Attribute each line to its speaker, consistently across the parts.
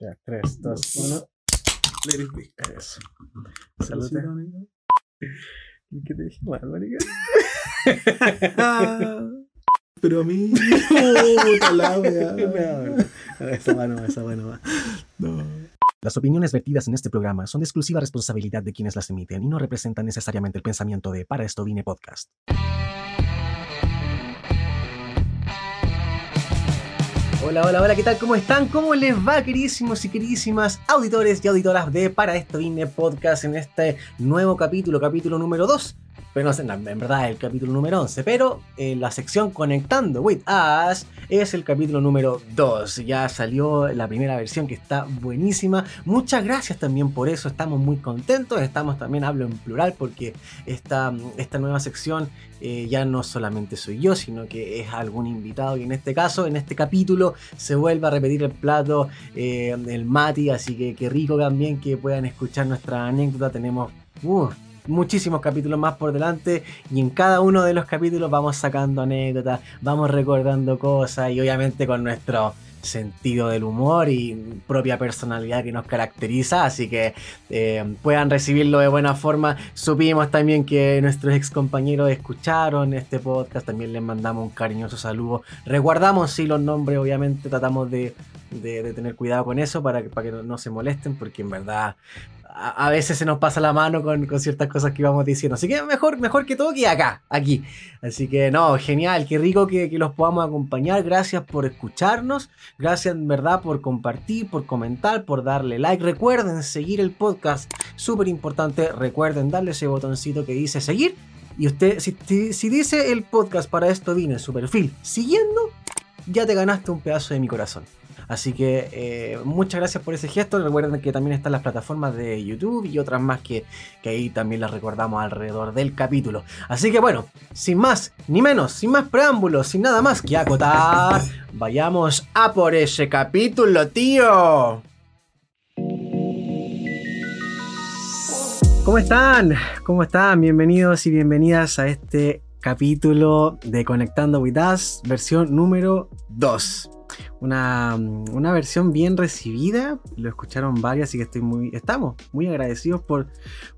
Speaker 1: Ya, 3, 2, 1.
Speaker 2: Ladies be.
Speaker 1: Eso. Salute. ¿Qué te dije mal, marica?
Speaker 2: Ah, Pero a mí. Puta la wea.
Speaker 1: No, no. Esa va, no, esa va, no va.
Speaker 2: No.
Speaker 3: Las opiniones vertidas en este programa son de exclusiva responsabilidad de quienes las emiten y no representan necesariamente el pensamiento de Para esto vine podcast. Hola, hola, hola, ¿qué tal? ¿Cómo están? ¿Cómo les va, queridísimos y queridísimas auditores y auditoras de Para esto vine podcast en este nuevo capítulo, capítulo número 2? Pero no sé, no, en verdad el capítulo número 11, pero eh, la sección Conectando with Us es el capítulo número 2. Ya salió la primera versión que está buenísima. Muchas gracias también por eso, estamos muy contentos. Estamos también, hablo en plural, porque esta, esta nueva sección eh, ya no solamente soy yo, sino que es algún invitado. Y en este caso, en este capítulo, se vuelve a repetir el plato eh, del Mati. Así que qué rico también que puedan escuchar nuestra anécdota. Tenemos. uh, muchísimos capítulos más por delante y en cada uno de los capítulos vamos sacando anécdotas, vamos recordando cosas y obviamente con nuestro sentido del humor y propia personalidad que nos caracteriza, así que eh, puedan recibirlo de buena forma. Supimos también que nuestros ex compañeros escucharon este podcast, también les mandamos un cariñoso saludo. Resguardamos sí los nombres, obviamente tratamos de, de- de tener cuidado con eso para que, para que no, no se molesten, porque en verdad a, a veces se nos pasa la mano con, con ciertas cosas que vamos diciendo. Así que mejor, mejor que todo que acá, aquí. Así que no, genial, qué rico que, que los podamos acompañar. Gracias por escucharnos. Gracias en verdad por compartir, por comentar, por darle like. Recuerden seguir el podcast, súper importante. Recuerden darle ese botoncito que dice seguir. Y usted, si, si- si dice el podcast para esto vine en su perfil, siguiendo, ya te ganaste un pedazo de mi corazón. Así que eh, muchas gracias por ese gesto. Recuerden que también están las plataformas de YouTube y otras más que, que ahí también las recordamos alrededor del capítulo. Así que bueno, sin más ni menos, sin más preámbulos, sin nada más que acotar, vayamos a por ese capítulo, tío. ¿Cómo están? ¿Cómo están? Bienvenidos y bienvenidas a este capítulo de Conectando With Us, versión número 2 una, una versión bien recibida. Lo escucharon varias, así que estoy muy, estamos muy agradecidos por,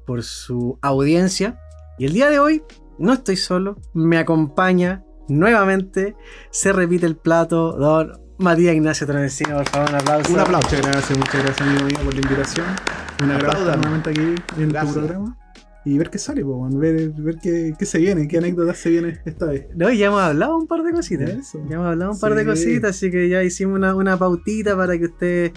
Speaker 3: por su audiencia. Y el día de hoy no estoy solo, me acompaña nuevamente, se repite el plato, don Matías Ignacio Travesino, por favor, un aplauso.
Speaker 2: Un aplauso. Muchas gracias, muchas gracias, amigo mío, por la invitación. Un
Speaker 4: Aplaudan.
Speaker 2: aplauso nuevamente aquí en
Speaker 4: Gracias.
Speaker 2: tu programa. Y ver qué sale, po, man. ver, ver qué, qué se viene, qué anécdotas se viene esta vez.
Speaker 3: No, ya hemos hablado un par de cositas.
Speaker 2: Eso.
Speaker 3: Ya hemos hablado un par de
Speaker 2: Sí.
Speaker 3: cositas, así que ya hicimos una, una pautita para que ustedes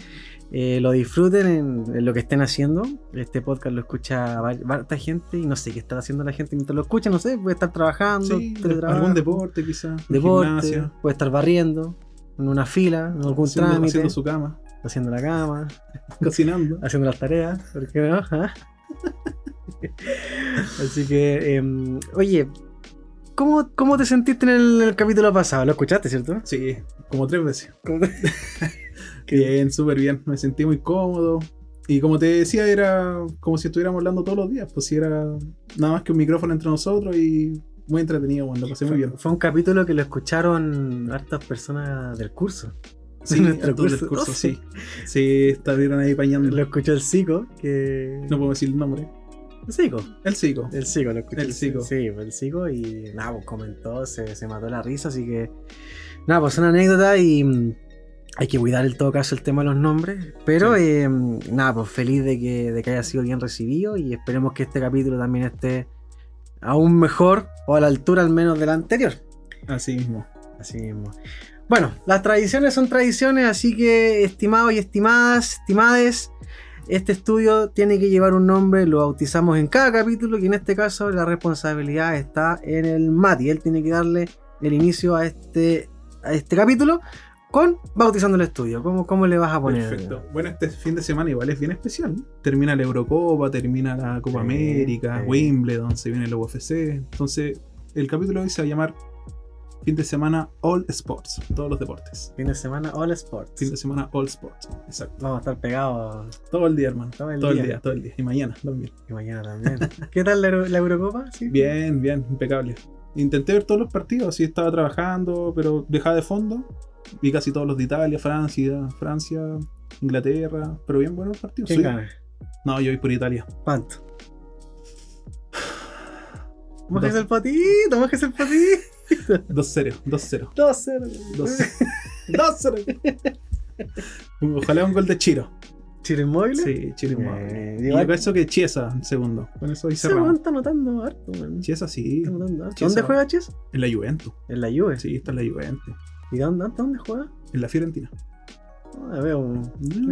Speaker 3: eh, lo disfruten en, en lo que estén haciendo. Este podcast lo escucha va- harta gente y no sé qué estará haciendo la gente mientras lo escucha, no sé, puede estar trabajando,
Speaker 2: Sí,
Speaker 3: teletrabajo,
Speaker 2: algún deporte quizá, un
Speaker 3: deporte,
Speaker 2: gimnasio,
Speaker 3: puede estar barriendo, en una fila, en algún
Speaker 2: haciendo,
Speaker 3: trámite,
Speaker 2: haciendo su cama,
Speaker 3: haciendo la cama,
Speaker 2: cocinando.
Speaker 3: haciendo las tareas, ¿por qué no? ¿Ah? Así que, em, oye, ¿cómo, ¿cómo te sentiste en el, en el capítulo pasado? ¿Lo escuchaste, cierto?
Speaker 2: Sí, como tres veces. Bien, súper bien. Me sentí muy cómodo. Y como te decía, era como si estuviéramos hablando todos los días. Pues si era nada más que un micrófono entre nosotros y muy entretenido, bueno, lo pasé muy bien.
Speaker 3: Fue un capítulo que lo escucharon hartas personas del curso.
Speaker 2: Sí,
Speaker 3: Nuestro
Speaker 2: a todo el
Speaker 3: curso,
Speaker 2: curso, Oh,
Speaker 3: ¿no?
Speaker 2: sí. Sí, estuvieron ahí
Speaker 3: Lo
Speaker 2: pañando.
Speaker 3: escuchó el Sico, que...
Speaker 2: No puedo decir el nombre.
Speaker 3: El Sico,
Speaker 2: El psico.
Speaker 3: el Sico, lo escuchó.
Speaker 2: El Sico.
Speaker 3: Sí, fue el Sico y nada, pues comentó, se, se mató la risa, así que... Nada, pues una anécdota y mm, hay que cuidar en todo caso el tema de los nombres. Pero eh, nada, pues feliz de que, de que haya sido bien recibido y esperemos que este capítulo también esté aún mejor o a la altura al menos del anterior.
Speaker 2: Así mismo.
Speaker 3: Así mismo. Bueno, las tradiciones son tradiciones, así que estimados y estimadas, estimades, este estudio tiene que llevar un nombre, lo bautizamos en cada capítulo y en este caso la responsabilidad está en el Mati, él tiene que darle el inicio a este, a este capítulo con bautizando el estudio. ¿Cómo, cómo le vas a poner?
Speaker 2: Perfecto. Bueno, este fin de semana igual es bien especial. ¿no? Termina la Eurocopa, termina la Copa
Speaker 3: Sí,
Speaker 2: América,
Speaker 3: sí.
Speaker 2: Wimbledon, se viene la UFC. Entonces, el capítulo de hoy se va a llamar Fin de semana All Sports, todos los deportes.
Speaker 3: Fin de semana All Sports.
Speaker 2: Fin de semana All Sports, exacto.
Speaker 3: Vamos a estar pegados
Speaker 2: Todo el día, hermano.
Speaker 3: Todo el
Speaker 2: todo
Speaker 3: día.
Speaker 2: el día, todo el día. Y mañana también.
Speaker 3: y mañana también. ¿Qué tal la, Euro- la Eurocopa? ¿Sí?
Speaker 2: Bien, bien, impecable. Intenté ver todos los partidos, sí estaba trabajando, pero dejaba de fondo. Vi casi todos los de Italia, Francia, Francia, Inglaterra, pero bien buenos partidos.
Speaker 3: ¿Quién
Speaker 2: Sí.
Speaker 3: gana?
Speaker 2: No, yo voy por Italia.
Speaker 3: ¿Cuánto?
Speaker 2: Dos-
Speaker 3: Mójese el patito, mójese el patito.
Speaker 2: 2-0, 2-0.
Speaker 3: 2-0.
Speaker 2: 2-0. 2-0. Ojalá un gol de Chiro.
Speaker 3: ¿Chile inmóvil?
Speaker 2: Sí, Chiro inmóvil.
Speaker 3: Eh,
Speaker 2: Y
Speaker 3: igual-
Speaker 2: yo pienso que Chiesa en segundo. Con eso ahí
Speaker 3: Ese weón
Speaker 2: cerramos.
Speaker 3: está anotando harto, weón.
Speaker 2: Chiesa sí,
Speaker 3: Está anotando harto.
Speaker 2: Chiesa.
Speaker 3: ¿Dónde juega Chiesa?
Speaker 2: en la Juventus.
Speaker 3: En la Juve.
Speaker 2: Sí, está en la Juventus.
Speaker 3: ¿Y dónde, dónde, dónde juega?
Speaker 2: En la Fiorentina.
Speaker 3: Ah, veo un...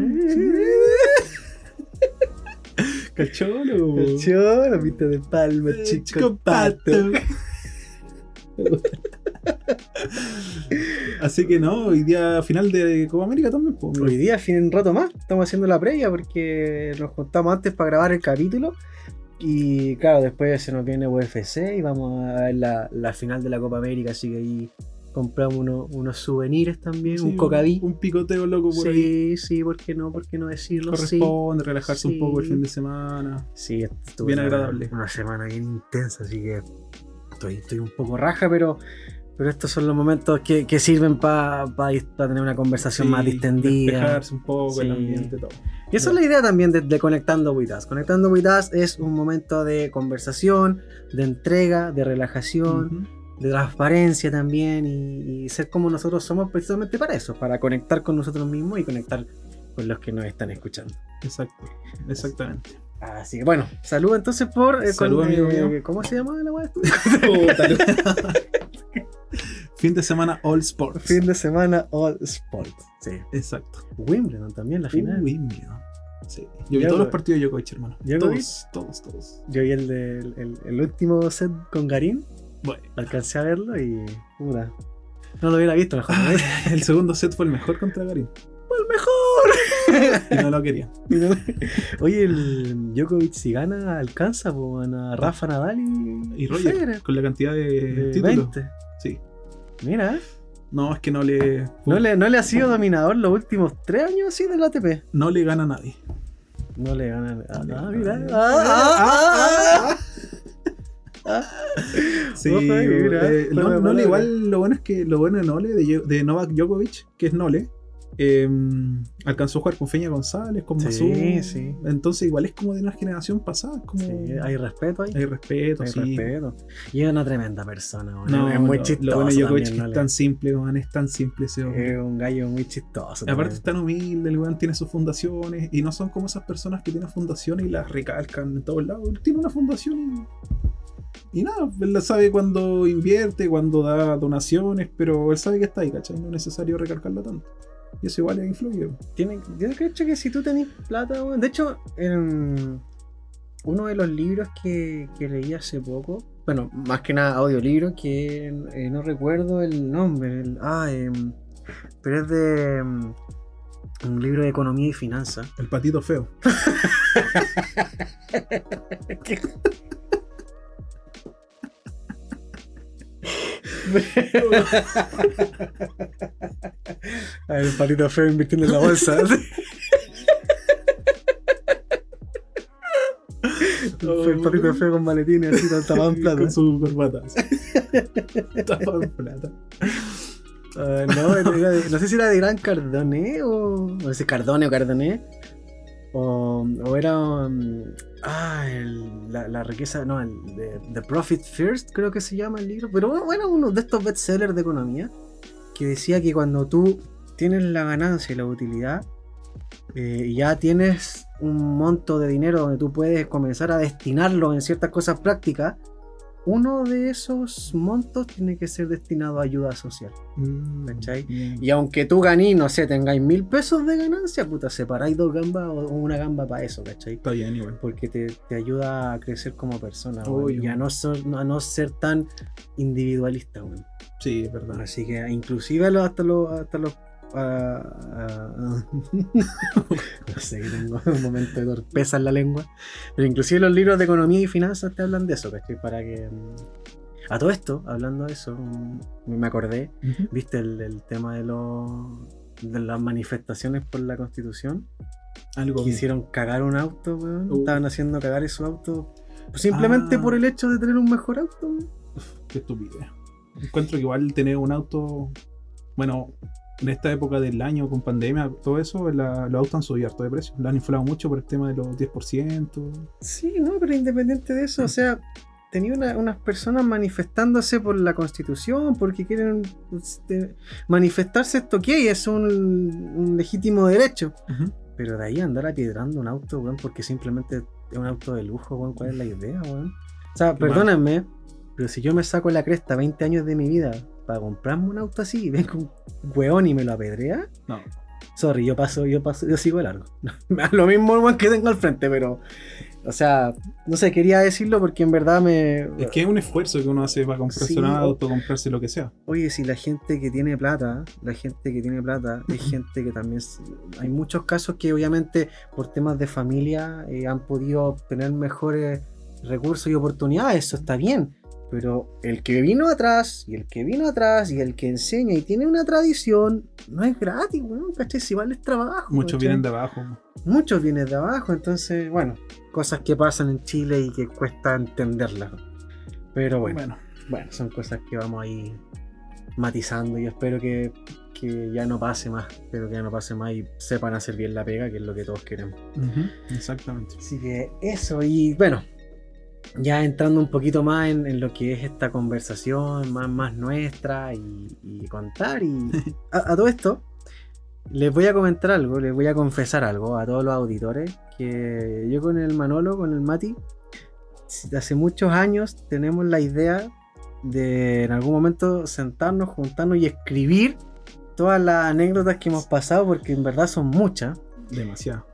Speaker 2: Cacholo.
Speaker 3: El cholo, la pinta de palma,
Speaker 2: Eh,
Speaker 3: chico,
Speaker 2: Uh. chico
Speaker 3: pato.
Speaker 2: pato. Así que no, hoy día final de Copa América también. po.
Speaker 3: Hoy día, fin un rato más, estamos haciendo la previa porque nos juntamos antes para grabar el capítulo. Y claro, después se nos viene UFC y vamos a ver la, la final de la Copa América. Así que ahí compramos uno- unos souvenirs también,
Speaker 2: Sí,
Speaker 3: un cocaví.
Speaker 2: Un picoteo loco por
Speaker 3: sí,
Speaker 2: ahí.
Speaker 3: sí, ¿por qué no? ¿Por qué no decirlo? Sí,
Speaker 2: Corresponde, relajarse
Speaker 3: Sí.
Speaker 2: un poco el fin de semana.
Speaker 3: sí estuvo
Speaker 2: Bien
Speaker 3: una-
Speaker 2: agradable.
Speaker 3: Una semana bien intensa, así que estoy, estoy un poco raja, pero, pero estos son los momentos que, que sirven para tener una conversación más
Speaker 2: Sí,
Speaker 3: distendida.
Speaker 2: Despejarse un poco el
Speaker 3: Sí.
Speaker 2: ambiente, todo.
Speaker 3: Y esa es la idea también de, de Conectando With Us. Conectando With Us es un momento de conversación, de entrega, de relajación,
Speaker 2: Ujú.
Speaker 3: de transparencia también y, y ser como nosotros somos precisamente para eso, para conectar con nosotros mismos y conectar con los que nos están escuchando.
Speaker 2: Exacto, exactamente.
Speaker 3: Así que bueno, saludo entonces por... eh,
Speaker 2: Salud, amigo mío.
Speaker 3: ¿Cómo se llama la weá esta?
Speaker 2: fin de semana All Sports.
Speaker 3: Fin de semana All Sports. Sí.
Speaker 2: Exacto.
Speaker 3: Wimbledon también, la final.
Speaker 2: Uy, mira. Sí. Yo vi
Speaker 3: Ya,
Speaker 2: todos los
Speaker 3: güey.
Speaker 2: partidos de Djokovic, hermano.
Speaker 3: ¿Ya, güey?
Speaker 2: todos, todos, todos.
Speaker 3: Yo vi el, del el- el último set con Garín,
Speaker 2: Bueno.
Speaker 3: alcancé a verlo y... puta, No lo hubiera visto mejor. ¿no?
Speaker 2: El segundo set fue el mejor contra Garín.
Speaker 3: el mejor.
Speaker 2: Y no lo quería.
Speaker 3: Oye, el Djokovic si gana alcanza po, man, a Rafa Nadal y,
Speaker 2: Y Roger,
Speaker 3: Federer,
Speaker 2: con la cantidad de
Speaker 3: de
Speaker 2: títulos.
Speaker 3: 20.
Speaker 2: Sí.
Speaker 3: Mira,
Speaker 2: No, es que no le,
Speaker 3: no le, no le ha sido dominador los últimos tres años así del ATP.
Speaker 2: no le gana a nadie.
Speaker 3: No le gana. Ah,
Speaker 2: No le
Speaker 3: ah,
Speaker 2: gana.
Speaker 3: mira. Ah, ah, ah,
Speaker 2: Sí,
Speaker 3: Ojo, eh, mira,
Speaker 2: eh,
Speaker 3: fue
Speaker 2: no,
Speaker 3: una
Speaker 2: Nole
Speaker 3: palabra.
Speaker 2: igual lo bueno es que lo bueno de Nole, de, Yo- de Novak Djokovic, que es Nole, eh, alcanzó a jugar con Feña González, con
Speaker 3: Sí,
Speaker 2: Mazú.
Speaker 3: sí.
Speaker 2: Entonces igual es como de una generación pasada, es como
Speaker 3: Sí, hay respeto ahí.
Speaker 2: hay respeto,
Speaker 3: Hay
Speaker 2: sí.
Speaker 3: respeto. Y es una tremenda persona, man.
Speaker 2: No,
Speaker 3: es muy
Speaker 2: lo-
Speaker 3: chistoso.
Speaker 2: Lo bueno de Djokovic
Speaker 3: también,
Speaker 2: que es
Speaker 3: ¿no?
Speaker 2: tan simple, man, es tan simple ese hombre.
Speaker 3: Es un gallo muy chistoso.
Speaker 2: Aparte es
Speaker 3: también.
Speaker 2: tan humilde, el weón tiene sus fundaciones y no son como esas personas que tienen fundaciones y las recalcan en todos lados. Él tiene una fundación y, y nada, él la sabe cuando invierte, cuando da donaciones, pero él sabe que está ahí, ¿cachai? No es necesario recalcarla tanto. Y eso igual le influye.
Speaker 3: Tiene, yo creo que si tú tenés plata, weón. De hecho, en uno de los libros que, que leí hace poco, bueno, más que nada audiolibro, que eh, no recuerdo el nombre, el- ah, em, pero es de em, un libro de economía y finanzas.
Speaker 2: El patito feo.
Speaker 3: Ah, El patito feo invirtiendo en la bolsa.
Speaker 2: Fue el patito feo
Speaker 3: con maletines, así,
Speaker 2: Tapan Con su corbata. Tapan plata.
Speaker 3: Ah, no, era de- no sé si era de Gran Cardone o. No sé, Cardone o Cardone. O, o era. um, ah, el- la, la riqueza. No, el de- The Profit First, creo que se llama el libro. Pero bueno, bueno, uno de estos bestsellers de economía que decía que cuando tú tienes la ganancia y la utilidad, eh, y ya tienes un monto de dinero donde tú puedes comenzar a destinarlo en ciertas cosas prácticas. Uno de esos montos tiene que ser destinado a ayuda social.
Speaker 2: Mm,
Speaker 3: ¿Cachai?
Speaker 2: Bien.
Speaker 3: Y aunque tú ganís, no sé, tengáis mil pesos de ganancia, puta, separáis dos gambas o o una gamba para eso, ¿cachai?
Speaker 2: Está bien igual.
Speaker 3: Porque te, te ayuda a crecer como persona, weón,
Speaker 2: Obvio.
Speaker 3: y a no, ser, a no ser tan individualista, weón.
Speaker 2: Sí, es verdad.
Speaker 3: Así que inclusive a los- hasta los... Hasta los ah, ah, no sé, que tengo un momento de torpeza en la lengua. Pero inclusive los libros de economía y finanzas te hablan de eso, ¿cachai? Para que... mm, A todo esto, hablando de eso, mm, me acordé
Speaker 2: Ujú.
Speaker 3: ¿Viste el, el tema de, los de las manifestaciones por la constitución?
Speaker 2: Algo.
Speaker 3: Que hicieron cagar un auto, weón.
Speaker 2: Uh.
Speaker 3: Estaban haciendo cagar esos autos simplemente
Speaker 2: Ah.
Speaker 3: por el hecho de tener un mejor auto, weón.
Speaker 2: Qué estupidez. Encuentro que igual tener un auto. Bueno, en esta época del año con pandemia, todo eso, la- los autos han subido harto de precio. Lo han inflado mucho por el tema de los 10%.
Speaker 3: Sí, no, pero independiente de eso, o sea, tenía una- unas personas manifestándose por la constitución, porque quieren este, manifestarse esto que es un, un legítimo derecho. Pero de ahí andar apiedrando un auto, weón, porque simplemente es un auto de lujo, weón, ¿cuál es la idea, weón? O sea,
Speaker 2: Qué mal.
Speaker 3: perdónenme, pero si yo me saco la cresta 20 años de mi vida para comprarme un auto así y vengo un weón y me lo apedrea,
Speaker 2: No.
Speaker 3: Sorry, yo paso, yo paso, yo sigo de largo. Me da lo mismo el weón que tengo al frente, pero. O sea, no sé, quería decirlo porque en verdad me.
Speaker 2: Es que es un esfuerzo que uno hace para comprarse
Speaker 3: Sí.
Speaker 2: un auto, comprarse lo que sea.
Speaker 3: Oye, si la gente que tiene plata, la gente que tiene plata, es gente que también. s- Hay muchos casos que, obviamente, por temas de familia, eh, han podido obtener mejores recursos y oportunidades, eso está bien. Pero el que vino atrás, y el que vino atrás, y el que enseña y tiene una tradición, no es gratis, weón, ¿cachai? Si vale el trabajo.
Speaker 2: Muchos
Speaker 3: ¿cachai?
Speaker 2: vienen de abajo.
Speaker 3: muchos vienen de abajo, entonces, bueno, cosas que pasan en Chile y que cuesta entenderlas. Pero bueno, bueno,
Speaker 2: Bueno,
Speaker 3: son cosas que vamos ahí matizando y espero que, que ya no pase más, espero que ya no pase más y sepan hacer bien la pega, que es lo que todos queremos.
Speaker 2: Ujú, exactamente.
Speaker 3: Así que eso, y bueno, ya entrando un poquito más en, en lo que es esta conversación más, más nuestra y, y contar. Y a, a todo esto, les voy a comentar algo, les voy a confesar algo a todos los auditores, que yo con el Manolo, con el Mati, si- hace muchos años tenemos la idea de en algún momento sentarnos, juntarnos y escribir todas las anécdotas que hemos pasado, porque en verdad son muchas.
Speaker 2: Demasiado.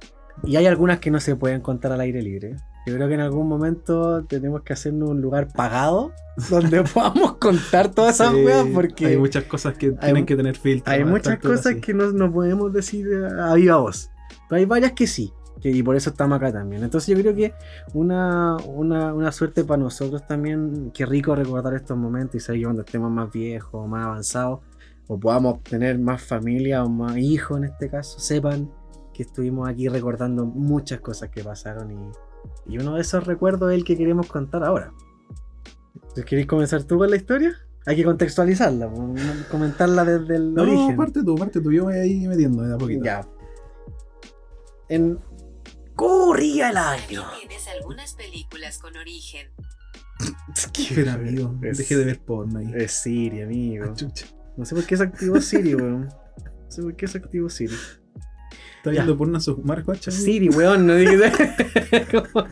Speaker 3: Y hay algunas que no se pueden contar al aire libre. Yo creo que en algún momento tenemos que hacernos un lugar pagado donde podamos contar todas esas
Speaker 2: Sí,
Speaker 3: weas porque
Speaker 2: Eh, Hay
Speaker 3: hay,
Speaker 2: muchas cosas que tienen que tener filtro. ¿no?
Speaker 3: muchas
Speaker 2: Tanto
Speaker 3: cosas
Speaker 2: así.
Speaker 3: que no, no podemos decir a viva voz. Pero hay varias que sí. que- y por eso estamos acá también. Entonces yo creo que una, una, una suerte para nosotros también. Qué rico recordar estos momentos y saber que cuando estemos más viejos, más avanzados, o podamos tener más familia o más hijos en este caso, sepan que estuvimos aquí recordando muchas cosas que pasaron y, y uno de esos recuerdos es el que queremos contar ahora. Entonces, ¿Queréis comenzar tú con la historia? Hay que contextualizarla, po, no- comentarla desde el
Speaker 2: No,
Speaker 3: origen.
Speaker 2: parte tú, parte tú. Yo voy ahí metiendo de a poquito.
Speaker 3: Ya. En... Corría el año.
Speaker 5: Tienes algunas películas con origen.
Speaker 2: Pero amigo,
Speaker 3: Es-
Speaker 2: dejé de ver porno ahí.
Speaker 3: Es Siri, amigo.
Speaker 2: Ah, chucha.
Speaker 3: No sé por qué se activó Siri, weón. No sé por qué se activó Siri.
Speaker 2: ¿Estás
Speaker 3: Ya.
Speaker 2: viendo porno a su marco, hacha?
Speaker 3: Siri, weón, no dije. ¿Cómo?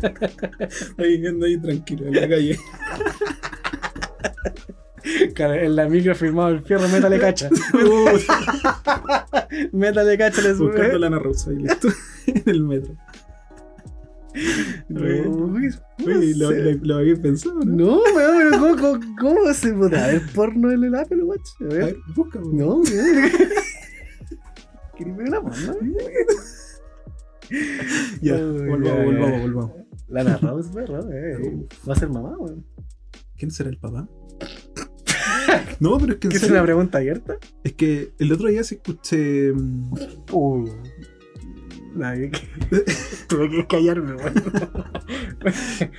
Speaker 2: Ahí viendo ahí tranquilo en la calle.
Speaker 3: Cara, en la micro firmado el fierro, métale cacha.
Speaker 2: Uh,
Speaker 3: métale cacha, les
Speaker 2: buscando
Speaker 3: weón.
Speaker 2: la Ana Rosa y listo. en el metro.
Speaker 3: Uy,
Speaker 2: Oye, lo,
Speaker 3: sé.
Speaker 2: lo, lo había pensado, ¿no?
Speaker 3: No, weón, pero ¿cómo, cómo, cómo se podrá ver porno en el Apple Watch? A
Speaker 2: A ver,
Speaker 3: ver.
Speaker 2: busca, weón.
Speaker 3: No, weón. ¿Querés ver una porno?
Speaker 2: Ya,
Speaker 3: Uy,
Speaker 2: Ah, volvamos,
Speaker 3: ya, ya.
Speaker 2: volvamos, volvamos.
Speaker 3: Lana Rose, perro, eh. Va a ser mamá, weón.
Speaker 2: ¿Quién será el papá? no, pero es que en
Speaker 3: ¿Qué es
Speaker 2: serio,
Speaker 3: una pregunta abierta?
Speaker 2: Es que el otro día se escuché. mm,
Speaker 3: Uy. Nadie que... Tuve que callarme, weón.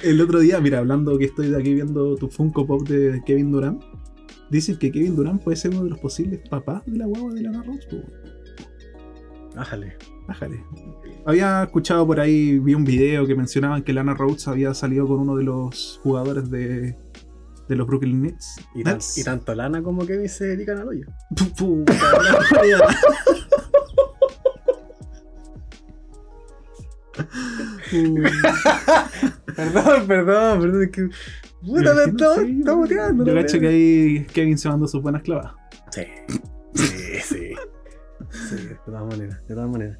Speaker 2: El otro día, mira, hablando que estoy de aquí viendo tu Funko Pop de Kevin Durant, dicen que Kevin Durant puede ser uno de los posibles papás de la guagua de la Rose. po.
Speaker 3: Ájale.
Speaker 2: Bájale. Había escuchado por ahí, vi un video que mencionaban que Lana Rhodes había salido con uno de los jugadores de, de los Brooklyn Nets.
Speaker 3: Y, tan-
Speaker 2: Nets.
Speaker 3: y tanto Lana como Kevin se dedican al hoyo.
Speaker 2: Pu- puta la wea. Uh,
Speaker 3: Perdón, perdón, perdón. es que... Puta,
Speaker 2: imagino,
Speaker 3: me está,
Speaker 2: sí,
Speaker 3: está muteando.
Speaker 2: Yo
Speaker 3: la
Speaker 2: cacho que
Speaker 3: wea.
Speaker 2: ahí Kevin se mandó sus buenas clavas.
Speaker 3: Sí. Sí, sí. Sí, de todas maneras, de todas maneras.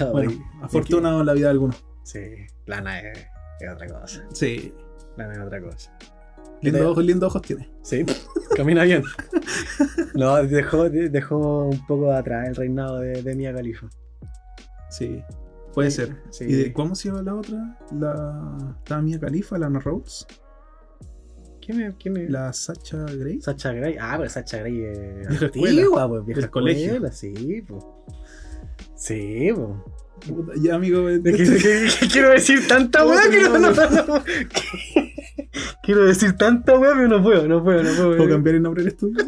Speaker 2: Bueno,
Speaker 3: Oye,
Speaker 2: afortunado en la vida de algunos.
Speaker 3: Sí, Lana es, es otra cosa.
Speaker 2: Sí.
Speaker 3: Lana es otra cosa.
Speaker 2: Lindos
Speaker 3: Pero-
Speaker 2: ojos, lindos ojos tiene.
Speaker 3: Sí, camina bien. No, dejó, dejó un poco atrás el reinado de, de Mia Khalifa.
Speaker 2: Sí. Puede
Speaker 3: Sí,
Speaker 2: ser.
Speaker 3: sí.
Speaker 2: ¿Y de cómo se llama la otra? La. Estaba Mia Califa, Lana Rhodes.
Speaker 3: ¿Quién es? ¿Quién es?
Speaker 2: La Sacha Grey.
Speaker 3: Sacha Gray. Ah, pero Sacha Gray es
Speaker 2: Vieja
Speaker 3: antigua, pues, vieja
Speaker 2: Del colegio.
Speaker 3: escuela, sí, pues. Sí, pues.
Speaker 2: Puta, Ya, amigo.
Speaker 3: ¿De qué- de qué- de qué quiero decir tanta weá que no, no, no, no. Quiero decir tanta weá, pero no puedo, no puedo, no puedo.
Speaker 2: ¿Puedo cambiar el nombre del estudio?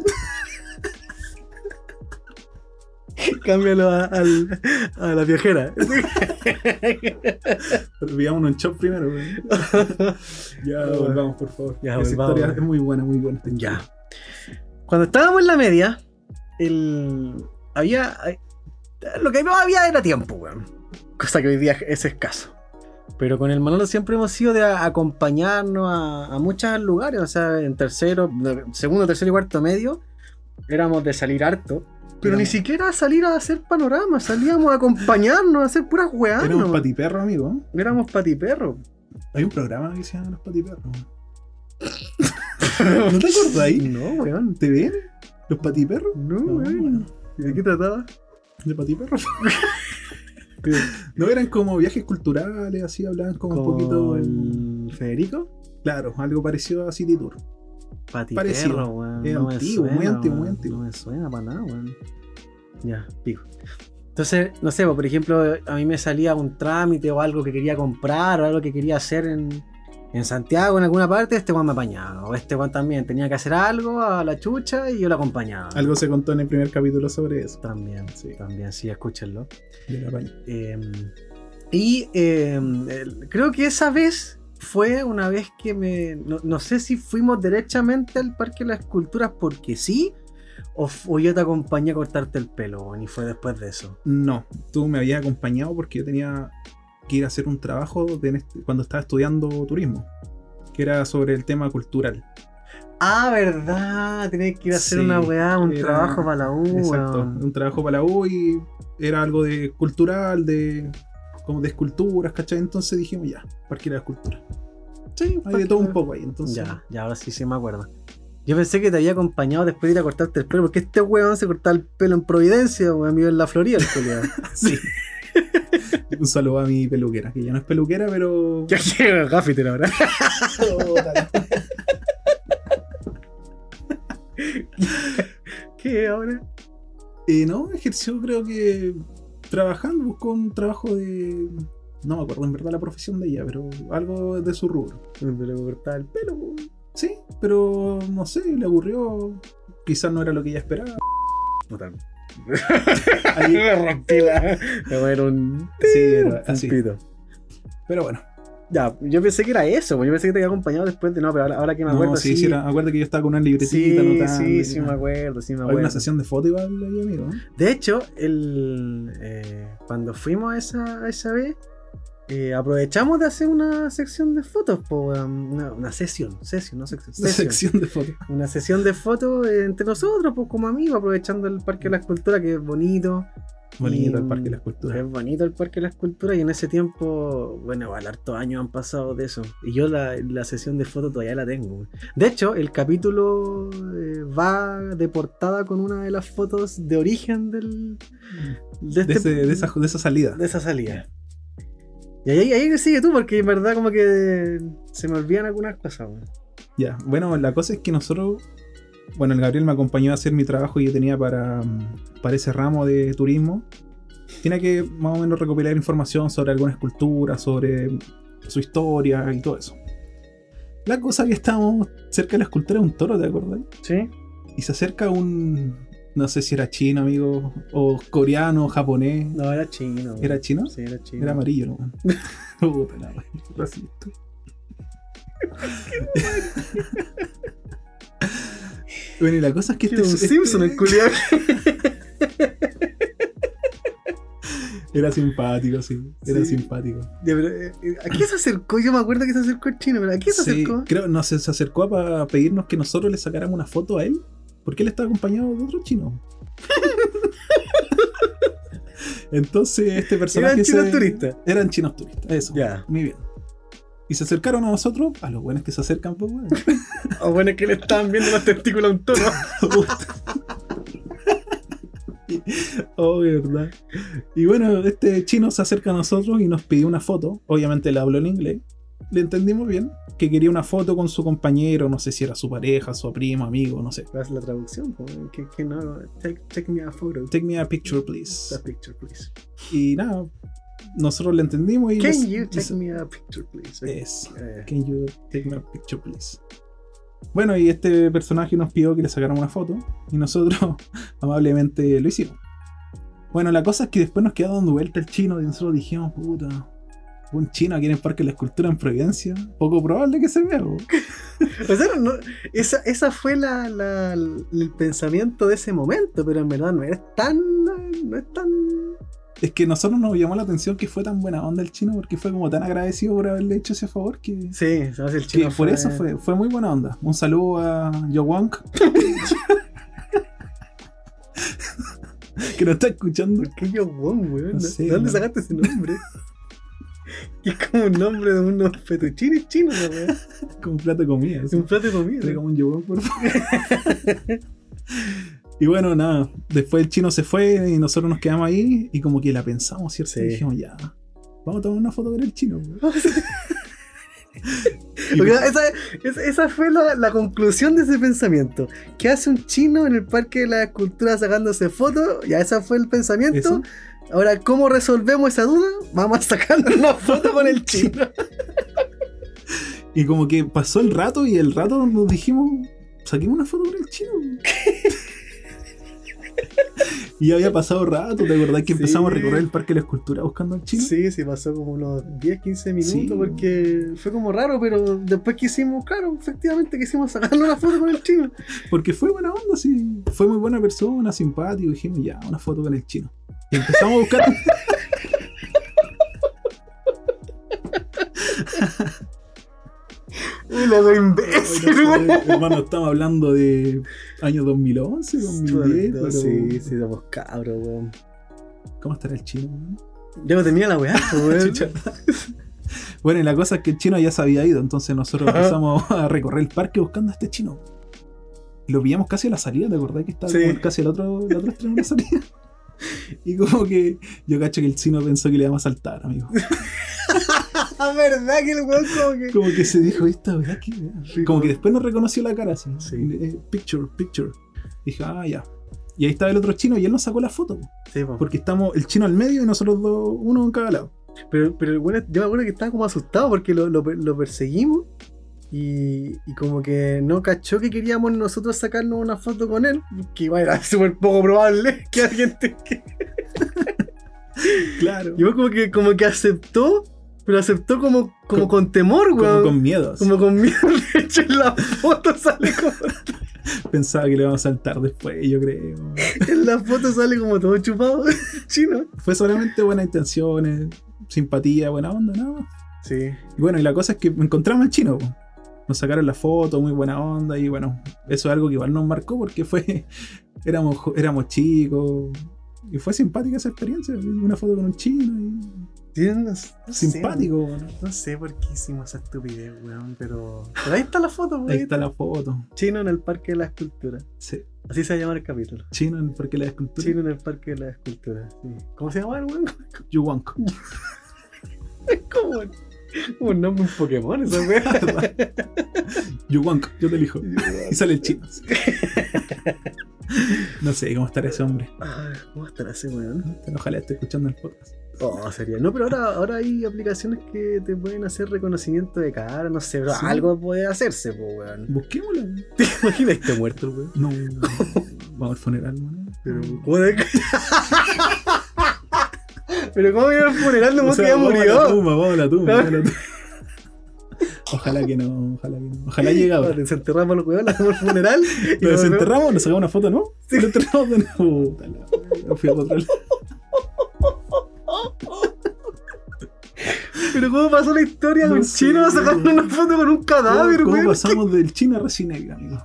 Speaker 3: Cámbialo a, al- a la viajera.
Speaker 2: Olvidámonos un shop primero, güey. ya volvamos, por favor.
Speaker 3: Ya
Speaker 2: Esa
Speaker 3: volvamos,
Speaker 2: historia
Speaker 3: güey.
Speaker 2: es muy buena, muy buena.
Speaker 3: Ya. Cuando estábamos en la media, el. Había. hay- Lo que no había era tiempo, weón. Cosa que hoy día es escaso. Pero con el Manolo siempre hemos sido de a- acompañarnos a, a muchos lugares. O sea, en tercero, no, segundo, tercero y cuarto medio, éramos de salir harto. Pero
Speaker 2: Éramos-
Speaker 3: ni siquiera a salir a hacer panoramas, salíamos a acompañarnos, a hacer puras weas.
Speaker 2: Tenemos
Speaker 3: nomás.
Speaker 2: patiperro, amigo.
Speaker 3: Éramos patiperro.
Speaker 2: Hay un programa que se llama Los Patiperros. güey. ¿No te acordáis?
Speaker 3: No, weón.
Speaker 2: ¿Te ven? ¿Los Patiperros?
Speaker 3: No,
Speaker 2: No,
Speaker 3: weón.
Speaker 2: bueno.
Speaker 3: ¿De qué trataba?
Speaker 2: ¿De Patiperros? no eran como viajes culturales, así hablaban como un poquito.
Speaker 3: ¿Con Federico?
Speaker 2: Claro, algo parecido a City Tour.
Speaker 3: Pati
Speaker 2: Parecido.
Speaker 3: Perro, weón.
Speaker 2: Es
Speaker 3: no me
Speaker 2: antiguo, muy
Speaker 3: suena,
Speaker 2: antiguo, muy
Speaker 3: weón.
Speaker 2: antiguo.
Speaker 3: No me suena para nada, weón. Ya, pico. Entonces, no sé, pues, por ejemplo, a mí me salía un trámite o algo que quería comprar o algo que quería hacer en, en Santiago, en alguna parte, este weón me apañaba. O este weón también tenía que hacer algo a la chucha y yo lo acompañaba.
Speaker 2: Algo se contó en el primer capítulo sobre eso.
Speaker 3: También,
Speaker 2: Sí.
Speaker 3: también, sí, escúchenlo.
Speaker 2: De la paña.
Speaker 3: Eh, y eh, el- creo que esa vez fue una vez que me. No, no sé si fuimos derechamente al Parque de las Culturas porque sí, o, f- o yo te acompañé a cortarte el pelo, weón, y fue después de eso.
Speaker 2: No, tú me habías acompañado porque yo tenía que ir a hacer un trabajo de en este- cuando estaba estudiando turismo, que era sobre el tema cultural.
Speaker 3: Ah, verdad, tenés que ir a hacer
Speaker 2: Sí,
Speaker 3: una weá, un
Speaker 2: era-
Speaker 3: trabajo para la U.
Speaker 2: Exacto,
Speaker 3: weón.
Speaker 2: un trabajo para la U y era algo de cultural, de como de esculturas, ¿cachai? Entonces dijimos ya, parque de la escultura.
Speaker 3: Sí,
Speaker 2: Hay de todo un poco ahí, entonces.
Speaker 3: Ya, ya, ahora sí se me acuerda. Yo pensé que te había acompañado después de ir a cortarte el pelo, porque este weón se cortaba el pelo en Providencia, weón, vive en la Florida, el culiao.
Speaker 2: Sí. un saludo a mi peluquera, que ya no es peluquera, pero.
Speaker 3: Ya llega Gaffiter ahora. ¿Qué ahora?
Speaker 2: Eh, no, ejerció creo que trabajando, buscó un trabajo de... No me acuerdo en verdad la profesión de ella, pero algo de su rubro.
Speaker 3: Pero cortaba el pelo, weón.
Speaker 2: Sí, pero no sé, le aburrió. Quizás no era lo que ella esperaba.
Speaker 3: Puta.
Speaker 2: Ahí-
Speaker 3: rompí la. Me voy a dar un.
Speaker 2: sí, era así.
Speaker 3: pito.
Speaker 2: Pero bueno,
Speaker 3: Ya, yo pensé que era eso, weón. yo pensé que te había acompañado después de. No, pero ahora, ahora que me acuerdo.
Speaker 2: no, sí, sí, era- acuérdate que yo estaba con una libretita
Speaker 3: sí,
Speaker 2: anotando
Speaker 3: sí,
Speaker 2: y-
Speaker 3: sí, me acuerdo, sí, me
Speaker 2: Había
Speaker 3: acuerdo.
Speaker 2: una sesión de foto igual ahí, amigo. ¿no?
Speaker 3: De hecho, el, eh, cuando fuimos a esa, a esa vez, eh, aprovechamos de hacer una sección de fotos, po, weón. una, una sesión, sesión, no sección,
Speaker 2: Una
Speaker 3: sesión.
Speaker 2: sección de fotos.
Speaker 3: una sesión de fotos eh, entre nosotros, pues como amigos, aprovechando el Parque de la Escultura, que es bonito.
Speaker 2: Bonito
Speaker 3: Y,
Speaker 2: el Parque de la
Speaker 3: Es
Speaker 2: Escultura.
Speaker 3: bonito el Parque de la Escultura y en ese tiempo, bueno, igual hartos años han pasado de eso. Y yo la, la sesión de fotos todavía la tengo. güey. De hecho, el capítulo eh, va de portada con una de las fotos de origen del, de,
Speaker 2: De,
Speaker 3: este-
Speaker 2: ese- de esa, de esa salida.
Speaker 3: de esa salida. Y ahí, ahí sigue tú, porque en verdad como que se me olvidan algunas cosas. güey.
Speaker 2: Ya, bueno, la cosa es que nosotros, bueno, el Gabriel me acompañó a hacer mi trabajo que yo tenía para, mm, para ese ramo de turismo. Tiene que más o menos recopilar información sobre algunas culturas, sobre mm, su historia y todo eso. La cosa que estábamos cerca de la escultura de un toro, ¿te acordás?
Speaker 3: ¿Sí?
Speaker 2: Y se acerca un, no sé si era chino, amigo, o coreano, japonés.
Speaker 3: No, era chino. güey.
Speaker 2: ¿Era chino?
Speaker 3: Sí, era chino.
Speaker 2: Era amarillo, ¿no? Puta la wea, racista. bueno, y la cosa es que
Speaker 3: Era
Speaker 2: este,
Speaker 3: un
Speaker 2: este-
Speaker 3: Simpson el culiao.
Speaker 2: era simpático, sí. Era
Speaker 3: Sí.
Speaker 2: simpático.
Speaker 3: Ya, pero, eh, eh, ¿A qué se acercó? Yo me acuerdo que se acercó el chino, pero ¿a qué se
Speaker 2: Sí,
Speaker 3: acercó?
Speaker 2: creo, no sé, se acercó para pedirnos que nosotros le sacáramos una foto a él. Porque él estaba acompañado de otro chino. Entonces, este personaje.
Speaker 3: Eran chinos
Speaker 2: se-
Speaker 3: turistas.
Speaker 2: Eran chinos turistas, eso.
Speaker 3: Ya.
Speaker 2: Muy bien. Y se acercaron a nosotros, a los buenos que se acercan, pues, bueno.
Speaker 3: O bueno, es que le estaban viendo los testículos a un toro.
Speaker 2: Oh, de verdad. Y bueno, este chino se acerca a nosotros y nos pidió una foto. Obviamente le habló en inglés. Le entendimos bien. Que quería una foto con su compañero, no sé si era su pareja, su primo, amigo, no sé.
Speaker 3: Haz la traducción, po, eh, que, que no. Take, take me a photo.
Speaker 2: Take me a picture,
Speaker 3: a
Speaker 2: please.
Speaker 3: picture, please.
Speaker 2: Y nada, nosotros le entendimos y...
Speaker 3: Can
Speaker 2: les-
Speaker 3: you
Speaker 2: les-
Speaker 3: take me a picture, please?
Speaker 2: Es.
Speaker 3: Eh,
Speaker 2: Can you take my picture, please? Bueno, y este personaje nos pidió que le sacáramos una foto y nosotros amablemente lo hicimos. Bueno, la cosa es que después nos quedó dando vuelta el chino y nosotros dijimos, puta, un chino aquí en el Parque de la Escultura en Providencia, poco probable que se vea.
Speaker 1: O
Speaker 2: po".
Speaker 1: sea, Pues no- esa, esa fue la, la- el pensamiento de ese momento, pero en verdad no es tan. No es tan.
Speaker 2: Es que nosotros nos llamó la atención que fue tan buena onda el chino porque fue como tan agradecido por haberle hecho ese favor que...
Speaker 1: Sí, se me hace el
Speaker 2: que
Speaker 1: chino.
Speaker 2: por eso fue, fue muy buena onda. Un saludo a Yo Wonk. que nos está escuchando.
Speaker 1: ¿Por qué yo Wong, weón?
Speaker 2: No sé,
Speaker 1: ¿De dónde
Speaker 2: weón.
Speaker 1: sacaste ese nombre? es como un nombre de unos fettuccines chinos, la weón.
Speaker 2: Como un plato de comida.
Speaker 1: Es
Speaker 2: así.
Speaker 1: un plato de comida.
Speaker 2: Traiga un yogur, por favor. y bueno, nada. Después el chino se fue y nosotros nos quedamos ahí y como que la pensamos, ¿cierto?
Speaker 1: Sí.
Speaker 2: Y dijimos, ya, vamos a tomar una foto con el chino. güey. Y-
Speaker 1: Porque esa, esa- esa fue la, la conclusión de ese pensamiento. ¿Qué hace un chino en el Parque de la Escultura sacándose fotos? Ya, ese fue el pensamiento.
Speaker 2: Eso.
Speaker 1: Ahora, ¿cómo resolvemos esa duda? Vamos a sacar una foto con el chino.
Speaker 2: Y como que pasó el rato y el rato nos dijimos, saquemos una foto con el chino. güey". y había pasado rato, ¿te acordás que
Speaker 1: Sí.
Speaker 2: empezamos a recorrer el Parque de la Escultura buscando al chino?
Speaker 1: Sí, sí, pasó como unos 10, 15 minutos
Speaker 2: Sí.
Speaker 1: porque fue como raro, pero después quisimos, claro, efectivamente quisimos sacarle una foto con el chino.
Speaker 2: Porque fue buena onda, sí. Fue muy buena persona, simpático. y Dijimos, ya, una foto con el chino. Y empezamos a buscar.
Speaker 1: Y la doy
Speaker 2: Ay,
Speaker 1: imbécil,
Speaker 2: no
Speaker 1: güey.
Speaker 2: sé, hermano, estamos hablando de año 2011, 2010. pero-
Speaker 1: Sí, sí, somos cabros, weón.
Speaker 2: ¿Cómo estará el chino? weón?
Speaker 1: Ya me tenía la weá, pues, weón.
Speaker 2: Chucha. Bueno, y la cosa es que el chino ya se había ido, entonces nosotros
Speaker 1: Ajá.
Speaker 2: empezamos a recorrer el parque buscando a este chino. Y Lo pillamos casi a la salida, ¿te acordás que estaba
Speaker 1: Sí.
Speaker 2: como casi al otro, el otro extremo de la salida? Y como que yo cacho que el chino pensó que le íbamos a saltar, amigo.
Speaker 1: Ah, verdad que el weón como que.
Speaker 2: Como que se dijo, esta weá que.
Speaker 1: Sí,
Speaker 2: Como
Speaker 1: como-
Speaker 2: que después no reconoció la cara así.
Speaker 1: Sí.
Speaker 2: Eh, Picture, picture. Dije, ah, ya. Y ahí estaba el otro chino y él nos sacó la foto.
Speaker 1: Sí, po.
Speaker 2: Porque estamos el chino al medio y nosotros dos, uno en cada lado.
Speaker 1: Pero, pero el weón- yo me acuerdo que estaba como asustado porque lo, lo- lo perseguimos y, y como que no cachó que queríamos nosotros sacarnos una foto con él, que igual era súper poco probable que alguien te... que-
Speaker 2: Claro.
Speaker 1: Y vos como que, como que aceptó, pero aceptó como, como
Speaker 2: Con-
Speaker 1: con temor,
Speaker 2: Como
Speaker 1: weón.
Speaker 2: con miedo. así.
Speaker 1: Como con miedo, de hecho en la foto sale como,
Speaker 2: Pensaba que le íbamos a saltar después, yo creo.
Speaker 1: en la foto sale como todo chupado, chino.
Speaker 2: Fue solamente buenas intenciones, simpatía, buena onda, nada más.
Speaker 1: Sí.
Speaker 2: Y bueno, y la cosa es que encontramos al chino. po. Nos sacaron la foto, muy buena onda, y bueno, eso es algo que igual nos marcó porque fue. Éramos, jo- éramos chicos. Y fue simpática esa experiencia. Una foto con un chino.
Speaker 1: Sí, no- no sé,
Speaker 2: Y simpático. bueno.
Speaker 1: No sé por qué hicimos esa estupidez, weón, pero... pero ahí está la foto, weón.
Speaker 2: Ahí está la foto.
Speaker 1: Chino en el Parque de la Escultura.
Speaker 2: Sí,
Speaker 1: Así se va a llamar el capítulo.
Speaker 2: Chino, porque la escultura.
Speaker 1: Chino en el Parque de la Escultura. sí. ¿Cómo se llama el weón?
Speaker 2: Yuwanko.
Speaker 1: Es como, un- como un nombre de un Pokémon, esa weón.
Speaker 2: Yuwanko, yo te elijo. Y sale el chino. así. No sé cómo estará ese hombre.
Speaker 1: ¿Cómo estará ese weón?
Speaker 2: Pero ojalá esté escuchando el podcast.
Speaker 1: Oh, sería. No, pero ahora, ahora hay aplicaciones que te pueden hacer reconocimiento de cara, no sé, pero
Speaker 2: Sí.
Speaker 1: algo puede hacerse, po, weón.
Speaker 2: Busquémoslo.
Speaker 1: ¿Te imaginas que está muerto, weón?
Speaker 2: No. Vamos al funeral, ¿no?
Speaker 1: Pero, ¿cómo de- Pero ¿cómo iba al funeral de un
Speaker 2: O
Speaker 1: weón que
Speaker 2: sea,
Speaker 1: ya
Speaker 2: vamos a la
Speaker 1: murió?
Speaker 2: tumba, vamos a la tumba, vamos a la tumba. Ojalá que no, ojalá que no. Ojalá llegue ahora.
Speaker 1: Desenterramos a los weón, hacemos el funeral. y
Speaker 2: Lo
Speaker 1: nos vemos.
Speaker 2: desenterramos, nos sacamos una foto, ¿no? Sí. Lo enterramos de nuevo. Puta la wea, fui a otro lado.
Speaker 1: Pero ¿cómo pasó la historia de
Speaker 2: No
Speaker 1: un
Speaker 2: sé,
Speaker 1: chino sacando
Speaker 2: weón.
Speaker 1: una foto con un cadáver,
Speaker 2: ¿Cómo
Speaker 1: weón?
Speaker 2: pasamos del chino a recién negra, amigo?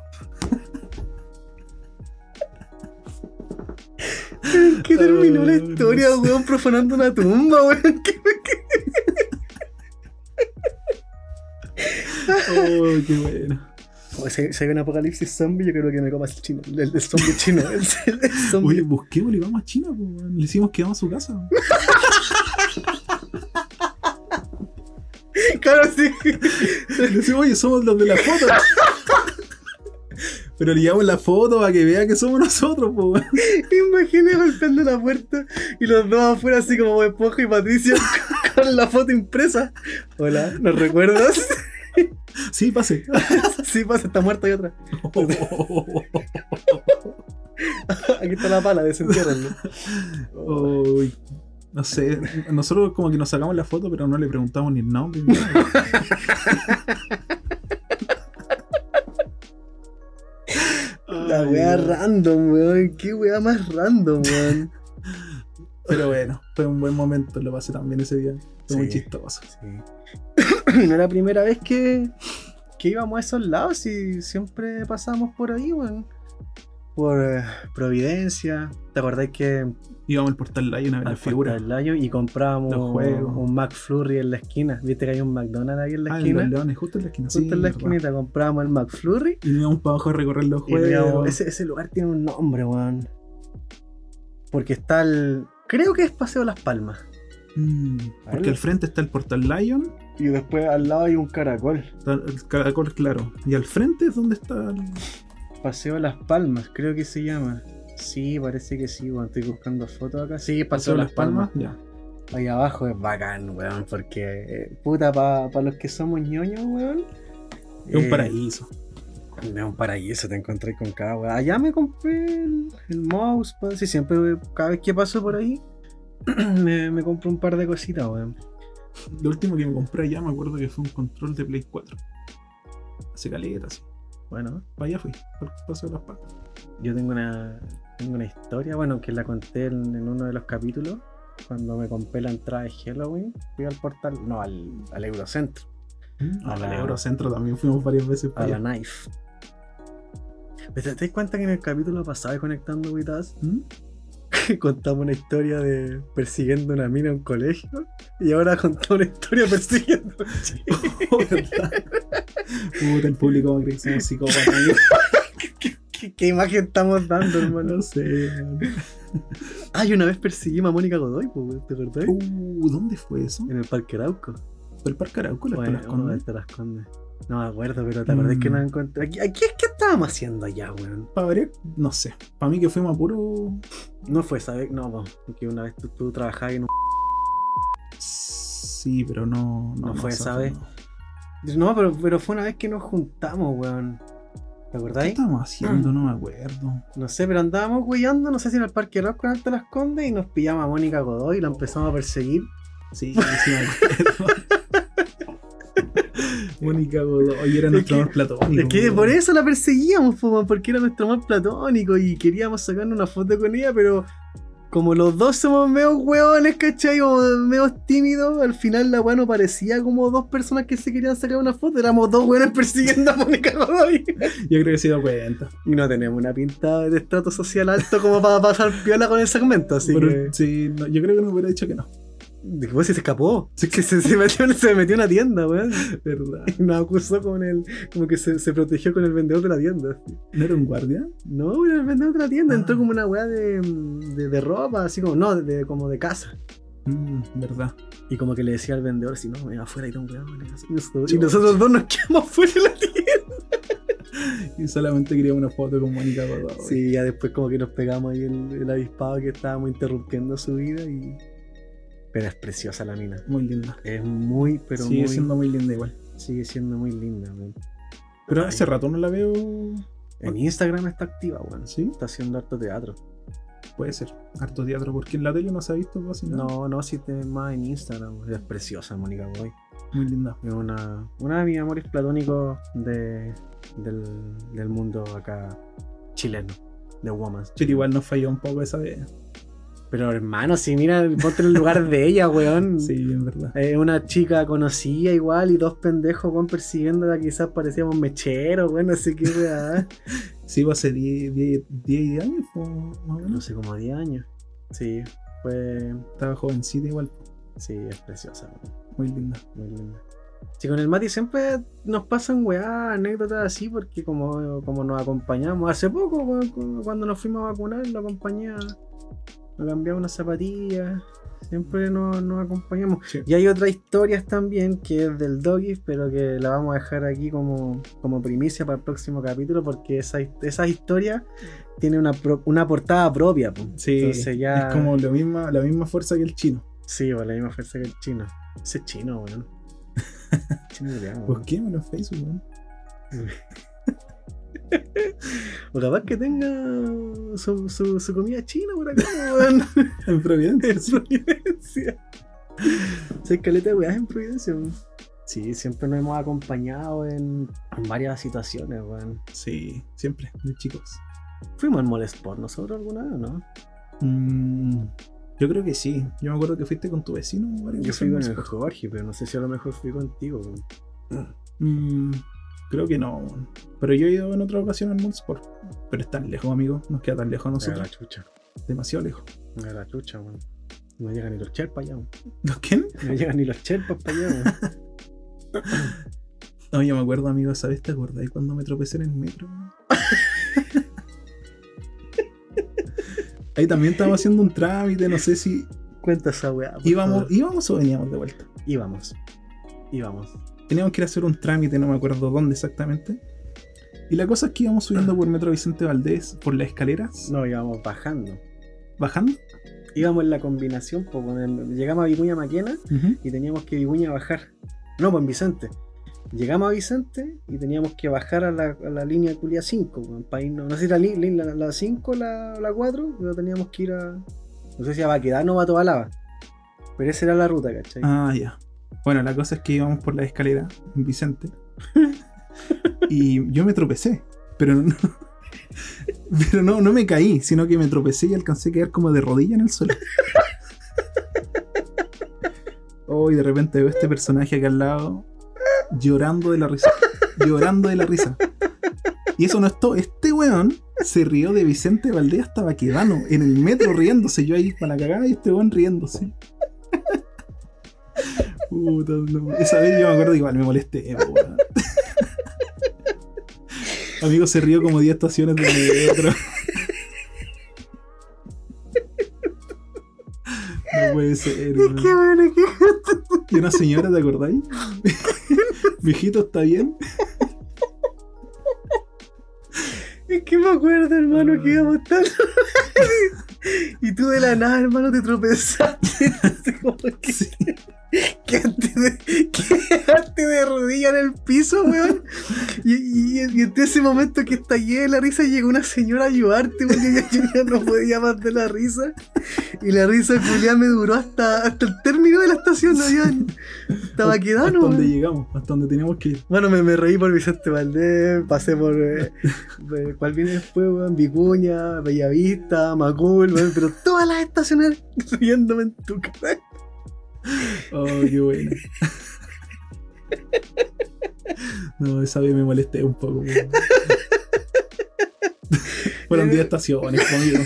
Speaker 1: ¿En qué terminó la
Speaker 2: Ay, no
Speaker 1: historia,
Speaker 2: sé.
Speaker 1: weón? Profanando una tumba, weón. ¿Qué-
Speaker 2: Oh, qué bueno.
Speaker 1: Oye, Si si hay un apocalipsis zombie, yo creo que me copas el chino. El, el zombie chino. El, el zombie.
Speaker 2: Oye, busquémoslo y vamos a China, po, weón. Le decimos que vamos a su casa.
Speaker 1: Claro, sí.
Speaker 2: Le decimos, oye, somos los de la foto. Pero le llevamos la foto para que vea que somos nosotros, po, weón.
Speaker 1: Imagina golpeando la puerta y los dos afuera, así como Bob Esponja y Patricio, con la foto impresa. Hola, ¿nos recuerdas?
Speaker 2: Sí, pase.
Speaker 1: Sí, pasa, está muerta y otra. Aquí está la pala, desentiérrenlo.
Speaker 2: Uy, no sé, nosotros como que nos sacamos la foto, pero no le preguntamos ni el nombre. ni nada.
Speaker 1: La
Speaker 2: Ay,
Speaker 1: weá
Speaker 2: Dios.
Speaker 1: random, weón. Qué weá más random, weón.
Speaker 2: Pero bueno, fue un buen momento, lo pasé también ese día. Fue muy
Speaker 1: Sí.
Speaker 2: chistoso.
Speaker 1: no era la primera vez que, que íbamos a esos lados y siempre pasábamos por ahí, weón. Por eh, Providencia. ¿Te acordás que
Speaker 2: Íbamos al portal Live una vez la
Speaker 1: al
Speaker 2: figura.
Speaker 1: del Layo y comprábamos
Speaker 2: Los juegos.
Speaker 1: un McFlurry en la esquina? ¿Viste que hay un McDonald's ahí en la
Speaker 2: Ah, en
Speaker 1: esquina?
Speaker 2: los leones, justo en la esquina.
Speaker 1: Justo
Speaker 2: sí,
Speaker 1: en la
Speaker 2: verdad.
Speaker 1: esquinita comprábamos el McFlurry.
Speaker 2: Y íbamos para abajo a recorrer los
Speaker 1: Y digamos,
Speaker 2: juegos.
Speaker 1: ese, ese lugar tiene un nombre, weón. Porque está el. Creo que es Paseo Las Palmas.
Speaker 2: Mm, porque
Speaker 1: Ahí.
Speaker 2: al frente está el portal Lion,
Speaker 1: Y después al lado hay un caracol.
Speaker 2: está el caracol claro. Y al frente es donde está el-
Speaker 1: Paseo Las Palmas, creo que se llama. Sí, parece que sí, weón. Estoy buscando fotos acá. Sí, Paseo, Las Palmas.
Speaker 2: Ya.
Speaker 1: Ahí abajo es bacán, weón. Porque, eh, puta, para los que somos ñoños, weón.
Speaker 2: Es un
Speaker 1: eh,
Speaker 2: paraíso.
Speaker 1: Es un paraíso, te encontré con cada weón. Allá me compré el, el mouse, weón. Sí, siempre, weón, cada vez que paso por ahí, me, me compro un par de cositas, weón.
Speaker 2: Lo último que me compré allá me acuerdo que fue un control de Play 4. Hace caleta, sí.
Speaker 1: Bueno,
Speaker 2: Para allá fui, al paso de las palmas.
Speaker 1: yo tengo una, tengo una historia, bueno, que la conté en, en uno de los capítulos. Cuando me compré la entrada de Halloween, fui al portal, no, al, al Eurocentro, A
Speaker 2: Al
Speaker 1: la-
Speaker 2: Eurocentro también fuimos varias veces
Speaker 1: a
Speaker 2: para
Speaker 1: la
Speaker 2: allá.
Speaker 1: Knife. Pero ¿Te te das cuenta que en el capítulo pasado de Conectando Witas
Speaker 2: ¿Mm?
Speaker 1: contamos una historia de persiguiendo una mina en un colegio? Y ahora contamos una historia persiguiendo a un chico.
Speaker 2: Oh, Puta, el público va a creer que somos psicópatas. amigo.
Speaker 1: ¿Qué, qué imagen estamos dando, hermano?
Speaker 2: No sé. man.
Speaker 1: Ay, una vez perseguimos a Mónica Godoy, po, weón, ¿te acordás?
Speaker 2: Uh, ¿dónde fue eso?
Speaker 1: En el Parque Arauco.
Speaker 2: ¿Fue el Parque Arauco? ¿Las
Speaker 1: Bueno,
Speaker 2: Pelas Condes?
Speaker 1: te las condes. No me acuerdo, pero te acordás que
Speaker 2: Mm.
Speaker 1: nos encontré. ¿Qué, qué, qué estábamos haciendo allá, weón?
Speaker 2: Para variar, no sé. Para mí que fuimos a puro.
Speaker 1: No fue esa vez, no, po, porque una vez tú, tú trabajabas en un.
Speaker 2: Sí, pero no.
Speaker 1: No fue esa vez.
Speaker 2: no.
Speaker 1: No, pero, pero fue una vez que nos juntamos, weón. ¿Te
Speaker 2: ¿Qué
Speaker 1: acordáis?
Speaker 2: estábamos haciendo? No me acuerdo.
Speaker 1: No sé, pero andábamos weyando, no sé si en el Parque Arauco en Alto Las Condes y nos pillamos a Mónica Godoy y la empezamos a perseguir.
Speaker 2: Sí, sí me acuerdo. Mónica Godoy era nuestro
Speaker 1: que-
Speaker 2: amor platónico.
Speaker 1: Es que
Speaker 2: weón.
Speaker 1: por eso la perseguíamos, po, weón, porque era nuestro amor platónico y queríamos sacarnos una foto con ella, pero como los dos somos medio hueones, ¿cachai? Como medio tímidos, al final la weá no parecía como dos personas que se querían sacar una foto, éramos dos hueones persiguiendo a Mónica Godoy.
Speaker 2: Yo creo que se dio cuenta.
Speaker 1: Y no tenemos una pinta de estrato social alto como para pasar piola con el segmento, así
Speaker 2: Pero
Speaker 1: que...
Speaker 2: sí, no, yo creo que no hubiera dicho que no.
Speaker 1: Dije, "Vos, si se escapó. Si es que se, se metió, en- se metió en una tienda, weón.
Speaker 2: ¿Verdad?
Speaker 1: Y nos acusó con el. Como que se, se protegió con el vendedor de la tienda.
Speaker 2: ¿No era un guardia?
Speaker 1: No, era el vendedor de la tienda. Entró
Speaker 2: Ah.
Speaker 1: como una weá de, de, de ropa, así como. No, de, como de casa.
Speaker 2: Mm, ¿Verdad?
Speaker 1: Y como que le decía al vendedor, si no, me va afuera y tengo weón. Y nosotros, y
Speaker 2: Chuta.
Speaker 1: nosotros dos nos quedamos fuera de la tienda.
Speaker 2: Y solamente quería una foto con Mónica Godoy.
Speaker 1: Sí, ya después como que nos pegamos ahí el, el avispado que estábamos interrumpiendo su vida y. Pero es preciosa la mina.
Speaker 2: Muy linda.
Speaker 1: Es muy, pero
Speaker 2: Sigue
Speaker 1: muy.
Speaker 2: siendo muy linda igual.
Speaker 1: Sigue siendo muy linda, weón.
Speaker 2: Pero
Speaker 1: Ay.
Speaker 2: hace rato no la veo.
Speaker 1: En Instagram está activa, weón.
Speaker 2: ¿Sí?
Speaker 1: Está haciendo harto teatro.
Speaker 2: Puede ser. Harto teatro, porque en la tele no se ha visto casi nada.
Speaker 1: No, no, si te más en Instagram. weón. Es preciosa, Mónica Boy.
Speaker 2: Muy linda.
Speaker 1: Es una, una de mis amores platónicos de, del, del mundo acá chileno. De Woman.
Speaker 2: Pero igual nos falló un poco esa vez.
Speaker 1: Pero hermano, si mira, ponte en el lugar de ella, weón.
Speaker 2: Sí, en verdad.
Speaker 1: Eh, una chica conocida igual y dos pendejos, weón, persiguiéndola. Quizás parecíamos mecheros, weón. Así que, weón.
Speaker 2: Sí, va hace 10, 10, 10 años, po, más o
Speaker 1: no
Speaker 2: menos.
Speaker 1: sé, como 10 años. Sí, fue.
Speaker 2: Estaba jovencita igual.
Speaker 1: Sí, es preciosa, weón.
Speaker 2: Muy linda.
Speaker 1: Muy linda. Sí, con el Mati siempre nos pasan weá, anécdotas así, porque como, como nos acompañamos hace poco, weón, cu- cuando nos fuimos a vacunar, lo acompañaba, nos cambiaba unas zapatillas,
Speaker 3: Mm.
Speaker 1: siempre nos, nos acompañamos.
Speaker 2: Sí.
Speaker 1: Y hay otras historias también que es del Doggy, pero que la vamos a dejar aquí como, como primicia para el próximo capítulo, porque esa, his- esas historias
Speaker 3: Mm.
Speaker 1: tienen una, pro- una portada propia. po.
Speaker 2: Sí,
Speaker 1: Entonces ya...
Speaker 2: es como lo misma, la misma fuerza que el chino.
Speaker 1: Sí, po, la misma fuerza que el chino. Ese chino,
Speaker 3: Pues,
Speaker 1: weón. chino culiao, weón.
Speaker 2: Busquémoslo en Facebook, weón.
Speaker 3: O capaz que tenga su, su, su comida china por acá, weón.
Speaker 2: En Providencia.
Speaker 3: en Providencia. Se escaleta de weas en Providencia, weón. Sí, siempre nos hemos acompañado en, en varias situaciones, weón.
Speaker 2: Sí, siempre, de chicos.
Speaker 3: Fuimos al Mall Sport nosotros alguna vez, o ¿no?
Speaker 2: Mm, yo creo que sí. Yo me acuerdo que fuiste con tu vecino. varias
Speaker 3: Yo
Speaker 2: veces
Speaker 3: fui
Speaker 2: al
Speaker 3: con el
Speaker 2: Mall Sport.
Speaker 3: Jorge, pero no sé si a lo mejor fui contigo, weón.
Speaker 2: Mm, creo que no. weón. Pero yo he ido en otra ocasión al Moonsport. Pero es tan lejos, amigo. Nos queda tan lejos a
Speaker 3: Me da la
Speaker 2: nosotros.
Speaker 3: chucha,
Speaker 2: Demasiado lejos.
Speaker 3: me da la chucha, weón. No llegan ni los cherpas allá, weón.
Speaker 2: ¿Los quién?
Speaker 3: No llegan ni los cherpas para allá, weón.
Speaker 2: No, yo me acuerdo, amigo, ¿sabes? ¿Te acordáis cuando me tropecé en el metro? Ahí también estábamos haciendo un trámite, no sé si
Speaker 3: Cuenta esa weá. por
Speaker 2: íbamos,
Speaker 3: favor.
Speaker 2: íbamos o veníamos de vuelta.
Speaker 3: Íbamos. Íbamos.
Speaker 2: Teníamos que ir a hacer un trámite, no me acuerdo dónde exactamente. Y la cosa es que íbamos subiendo por Metro Vicente Valdés, por las escaleras,
Speaker 3: No, íbamos bajando.
Speaker 2: bajando.
Speaker 3: Íbamos en la combinación, po, con el- llegamos a Vicuña Maquena y teníamos que Vicuña bajar. No, pues en Vicente. Llegamos a Vicente y teníamos que bajar a la, a la línea culia 5, weón, pa' irnos- No sé si la, li- li- la, la 5 o la, la 4, pero teníamos que ir a. No sé si a Baquedano o a Tobalaba. Pero esa era la ruta, ¿cachai?
Speaker 2: Ah, ya. Bueno, la cosa es que íbamos por la escalera en Vicente. y yo me tropecé, pero no. Pero no, no me caí, sino que me tropecé y alcancé a quedar como de rodilla en el suelo. Oh, y de repente veo este personaje acá al lado llorando de la risa. Llorando de la risa. Y eso no es todo. Este weón se rió de Vicente Valdés hasta Baquedano, en el metro riéndose. Yo ahí para la cagada y este weón riéndose. Puta, no. Esa vez yo me acuerdo igual, me molesté. eh, po, weón. Amigo se rió como 10 estaciones de metro. No puede ser. weón.
Speaker 3: bueno que.
Speaker 2: Y una señora, ¿te acordáis? Mijito, ¿está bien?
Speaker 3: Es que me acuerdo, hermano, que
Speaker 2: Ay.
Speaker 3: íbamos tan. y tú de la nada, hermano, te tropezaste. Entonces, como que. Quedaste de, quedaste de rodilla en el piso, weón. Y, y, y en ese momento que estallé de la risa, llegó una señora a ayudarte, porque ya, yo ya no podía más de la risa. Y la risa culiada me duró hasta, hasta el término de la estación, ¿no? Yo Estaba
Speaker 2: Hasta
Speaker 3: quedando,
Speaker 2: donde
Speaker 3: weón.
Speaker 2: llegamos, hasta donde teníamos que ir.
Speaker 3: Bueno, me, me reí por Vicente Valdés, pasé por. eh, eh, ¿Cuál viene después, weón? Vicuña, Bellavista, Macul, weón, pero todas las estaciones riéndome en tu cara.
Speaker 2: Oh, qué buena. No, esa vez me molesté un poco. weón. Fueron 10 estaciones, conmigo.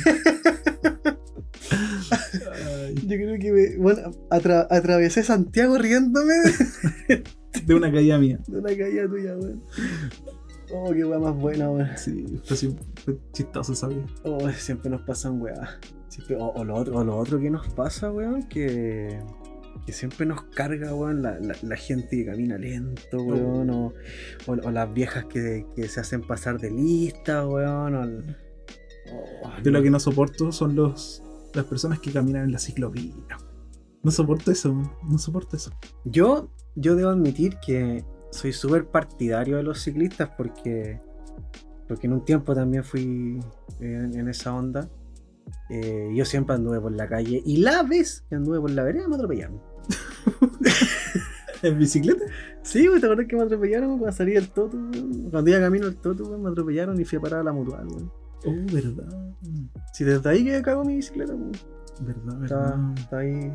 Speaker 3: Yo creo que me. Bueno, atra- atravesé Santiago riéndome
Speaker 2: De una caída mía.
Speaker 3: de la caída tuya, weón. Oh, qué weá más buena, weón.
Speaker 2: Sí, fue, así- fue chistoso esa vez.
Speaker 3: Oh, siempre nos pasan weá. Siempre, oh, o, o lo otro, o lo otro que nos pasa, weón, que. Que siempre nos carga, weón, la, la- la gente que camina lento, weón, o, o- o las viejas que, que se hacen pasar de lista, weón, o. el- oh,
Speaker 2: Yo lo que no soporto son los, las personas que caminan en la ciclovía. No soporto eso, weón. no soporto eso.
Speaker 3: Yo, yo debo admitir que soy súper partidario de los ciclistas porque, porque en un tiempo también fui en, en esa onda. Eh, yo siempre anduve por la calle y la vez que anduve por la vereda me atropellaron.
Speaker 2: ¿En bicicleta?
Speaker 3: Sí, güey, ¿te acuerdas que me atropellaron cuando salí del Toto? güey? Cuando iba camino al Toto, güey, me atropellaron y fui a parar a la mutual, güey.
Speaker 2: Oh, verdad.
Speaker 3: Si desde ahí que cago mi bicicleta, güey.
Speaker 2: Verdad,
Speaker 3: Está,
Speaker 2: verdad.
Speaker 3: está ahí.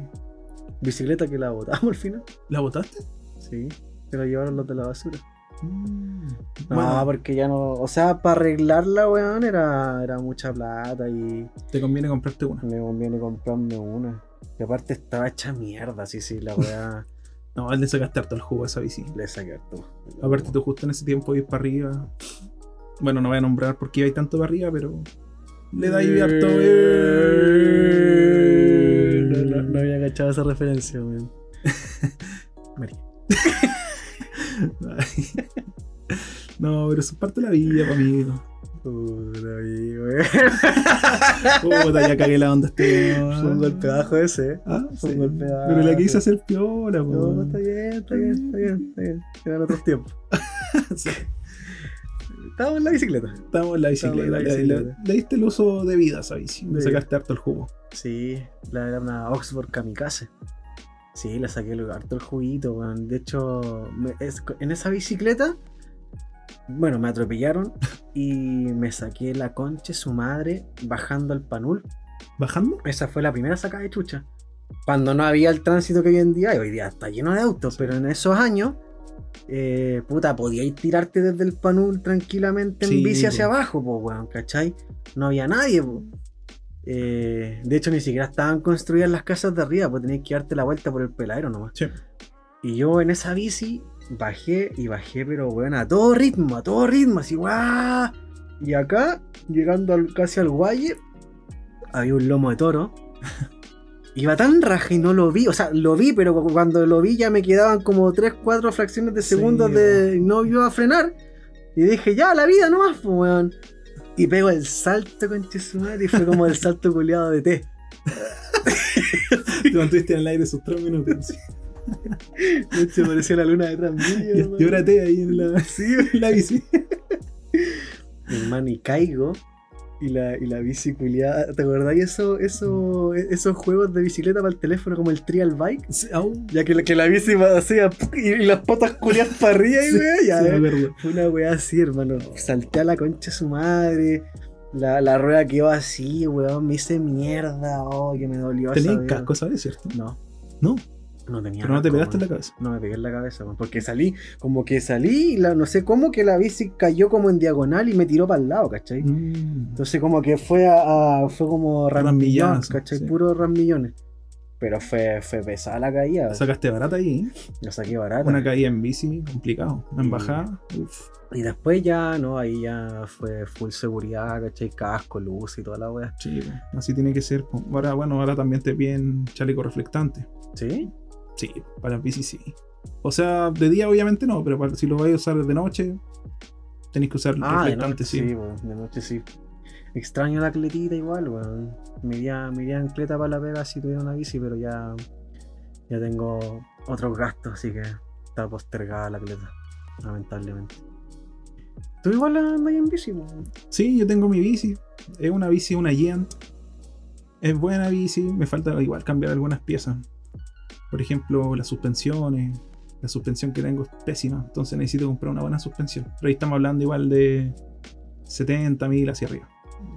Speaker 3: Bicicleta que la botamos al final.
Speaker 2: ¿La votaste?
Speaker 3: Sí, se la llevaron los de la basura.
Speaker 2: Mm.
Speaker 3: No,
Speaker 2: Bueno,
Speaker 3: porque ya no. O sea, para arreglarla, weón, era, era mucha plata y
Speaker 2: te conviene comprarte una.
Speaker 3: me conviene comprarme una. Y aparte estaba hecha mierda, sí, sí, la weá
Speaker 2: No, le sacaste harto el jugo a esa bici.
Speaker 3: le saqué tú.
Speaker 2: Aparte, tú justo en ese tiempo ir para arriba. Bueno, no voy a nombrar porque iba tanto para arriba, pero. Le da
Speaker 3: Eh.
Speaker 2: ahí harto. Eh.
Speaker 3: No, no- no había cachado esa referencia, weón.
Speaker 2: Ay. No, pero eso es parte de la vida, amigo.
Speaker 3: Puta, amigo, weón.
Speaker 2: Puta, ya cagué la onda este.
Speaker 3: Fue un golpe bajo ese, eh.
Speaker 2: Ah, sí.
Speaker 3: Fue un golpe bajo.
Speaker 2: Pero la quise hacer piola, po.
Speaker 3: No, está bien, está bien, está bien, está bien. Eran otros tiempos.
Speaker 2: Sí.
Speaker 3: Estábamos en la bicicleta.
Speaker 2: Estamos en la
Speaker 3: Estamos
Speaker 2: bicicleta.
Speaker 3: en la
Speaker 2: le-
Speaker 3: bicicleta.
Speaker 2: le- le diste el uso de vida, ¿sabes? Le
Speaker 3: Sí.
Speaker 2: sacaste harto el jugo.
Speaker 3: Sí, la era una Oxford Kamikaze. Sí, la saqué el- harto el juguito, weón. De hecho, me- es- en esa bicicleta, bueno, me atropellaron y me saqué la concha de su madre bajando al panul.
Speaker 2: ¿Bajando?
Speaker 3: Esa fue la primera sacada de chucha. Cuando no había el tránsito que hoy en día, y hoy día está lleno de autos, pero en esos años, eh, puta, podíais tirarte desde el panul tranquilamente en
Speaker 2: Sí,
Speaker 3: bici
Speaker 2: po.
Speaker 3: hacia abajo, pues, weón, ¿cachai? No había nadie, po. Eh, de hecho, ni siquiera estaban construidas las casas de arriba, pues tenías que darte la vuelta por el peladero nomás.
Speaker 2: Sí.
Speaker 3: Y yo en esa bici bajé y bajé, pero weón, a todo ritmo, a todo ritmo, así guau. Y acá, llegando al- casi al guaye, había un lomo de toro. Iba tan raja y no lo vi, o sea, lo vi, pero cu- cuando lo vi ya me quedaban como 3, 4 fracciones de
Speaker 2: Sí,
Speaker 3: segundos de no yo a frenar. Y dije, ya, la vida nomás, pues, weón. Y pego el salto con madre y fue como el salto culiado de té.
Speaker 2: Te mantuviste en el aire esos tres minutos. sí.
Speaker 3: Se parecía la luna detrás mío.
Speaker 2: Y
Speaker 3: weón.
Speaker 2: llórate ahí en la, en la bici.
Speaker 3: mi hermano, y caigo. Y la, y la bici culiada. ¿Te acordáis eso, eso, esos juegos de bicicleta para el teléfono como el trial bike?
Speaker 2: Sí, aún.
Speaker 3: Ya que, la- que la bici va hacía ¡puc! y, y las patas culiadas para arriba y
Speaker 2: Sí,
Speaker 3: weá, ya,
Speaker 2: sí,
Speaker 3: eh.
Speaker 2: me acuerdo.
Speaker 3: Fue Una weá así, hermano. Salté a la concha de su madre. La, la rueda quedó así, weón. Me hice mierda. Oh, que me dolió. esa
Speaker 2: Tenían
Speaker 3: weá.
Speaker 2: casco, ¿sabes? ¿Cierto?
Speaker 3: No,
Speaker 2: No,
Speaker 3: no tenía.
Speaker 2: pero no te
Speaker 3: casco,
Speaker 2: pegaste en
Speaker 3: weón.
Speaker 2: la cabeza.
Speaker 3: No me pegué en la cabeza, weón, porque salí, como que salí, y la, no sé cómo que la bici cayó como en diagonal y me tiró para el lado, ¿cachai?
Speaker 2: Mm.
Speaker 3: Entonces como que fue a, a- fue como ramillón,
Speaker 2: Ramillazo,
Speaker 3: ¿cachai?
Speaker 2: sí.
Speaker 3: Puro ramillones. Pero fue, fue pesada la caída,
Speaker 2: La sacaste barata ahí, ¿eh?
Speaker 3: la saqué barata.
Speaker 2: Una caída en bici, complicado. En bajada, uf.
Speaker 3: Y después ya, no, ahí ya fue full seguridad, ¿cachai? Casco, luz y toda la wea.
Speaker 2: Sí, po. así tiene que ser. po. Ahora, bueno, ahora también te piden chaleco reflectante.
Speaker 3: ¿Sí?
Speaker 2: Sí, para las bici sí. O sea, de día obviamente no, pero para- si lo vais a usar de noche, tenéis que usar
Speaker 3: Ah, de
Speaker 2: reflectante,
Speaker 3: noche
Speaker 2: sí.
Speaker 3: sí. po, de noche sí. Extraño la cletita igual, weón. Me iría, me iría en cleta para la pega si tuviera una bici, pero ya, ya tengo otros gastos, así que está postergada la cleta, lamentablemente. ¿Tú igual andas en bici, weón?
Speaker 2: Sí, yo tengo mi bici. Es una bici, una Giant. Es buena bici. Me falta igual cambiar algunas piezas. Por ejemplo, las suspensiones. La suspensión que tengo es pésima. Entonces necesito comprar una buena suspensión. Pero ahí estamos hablando igual de 70 mil hacia arriba.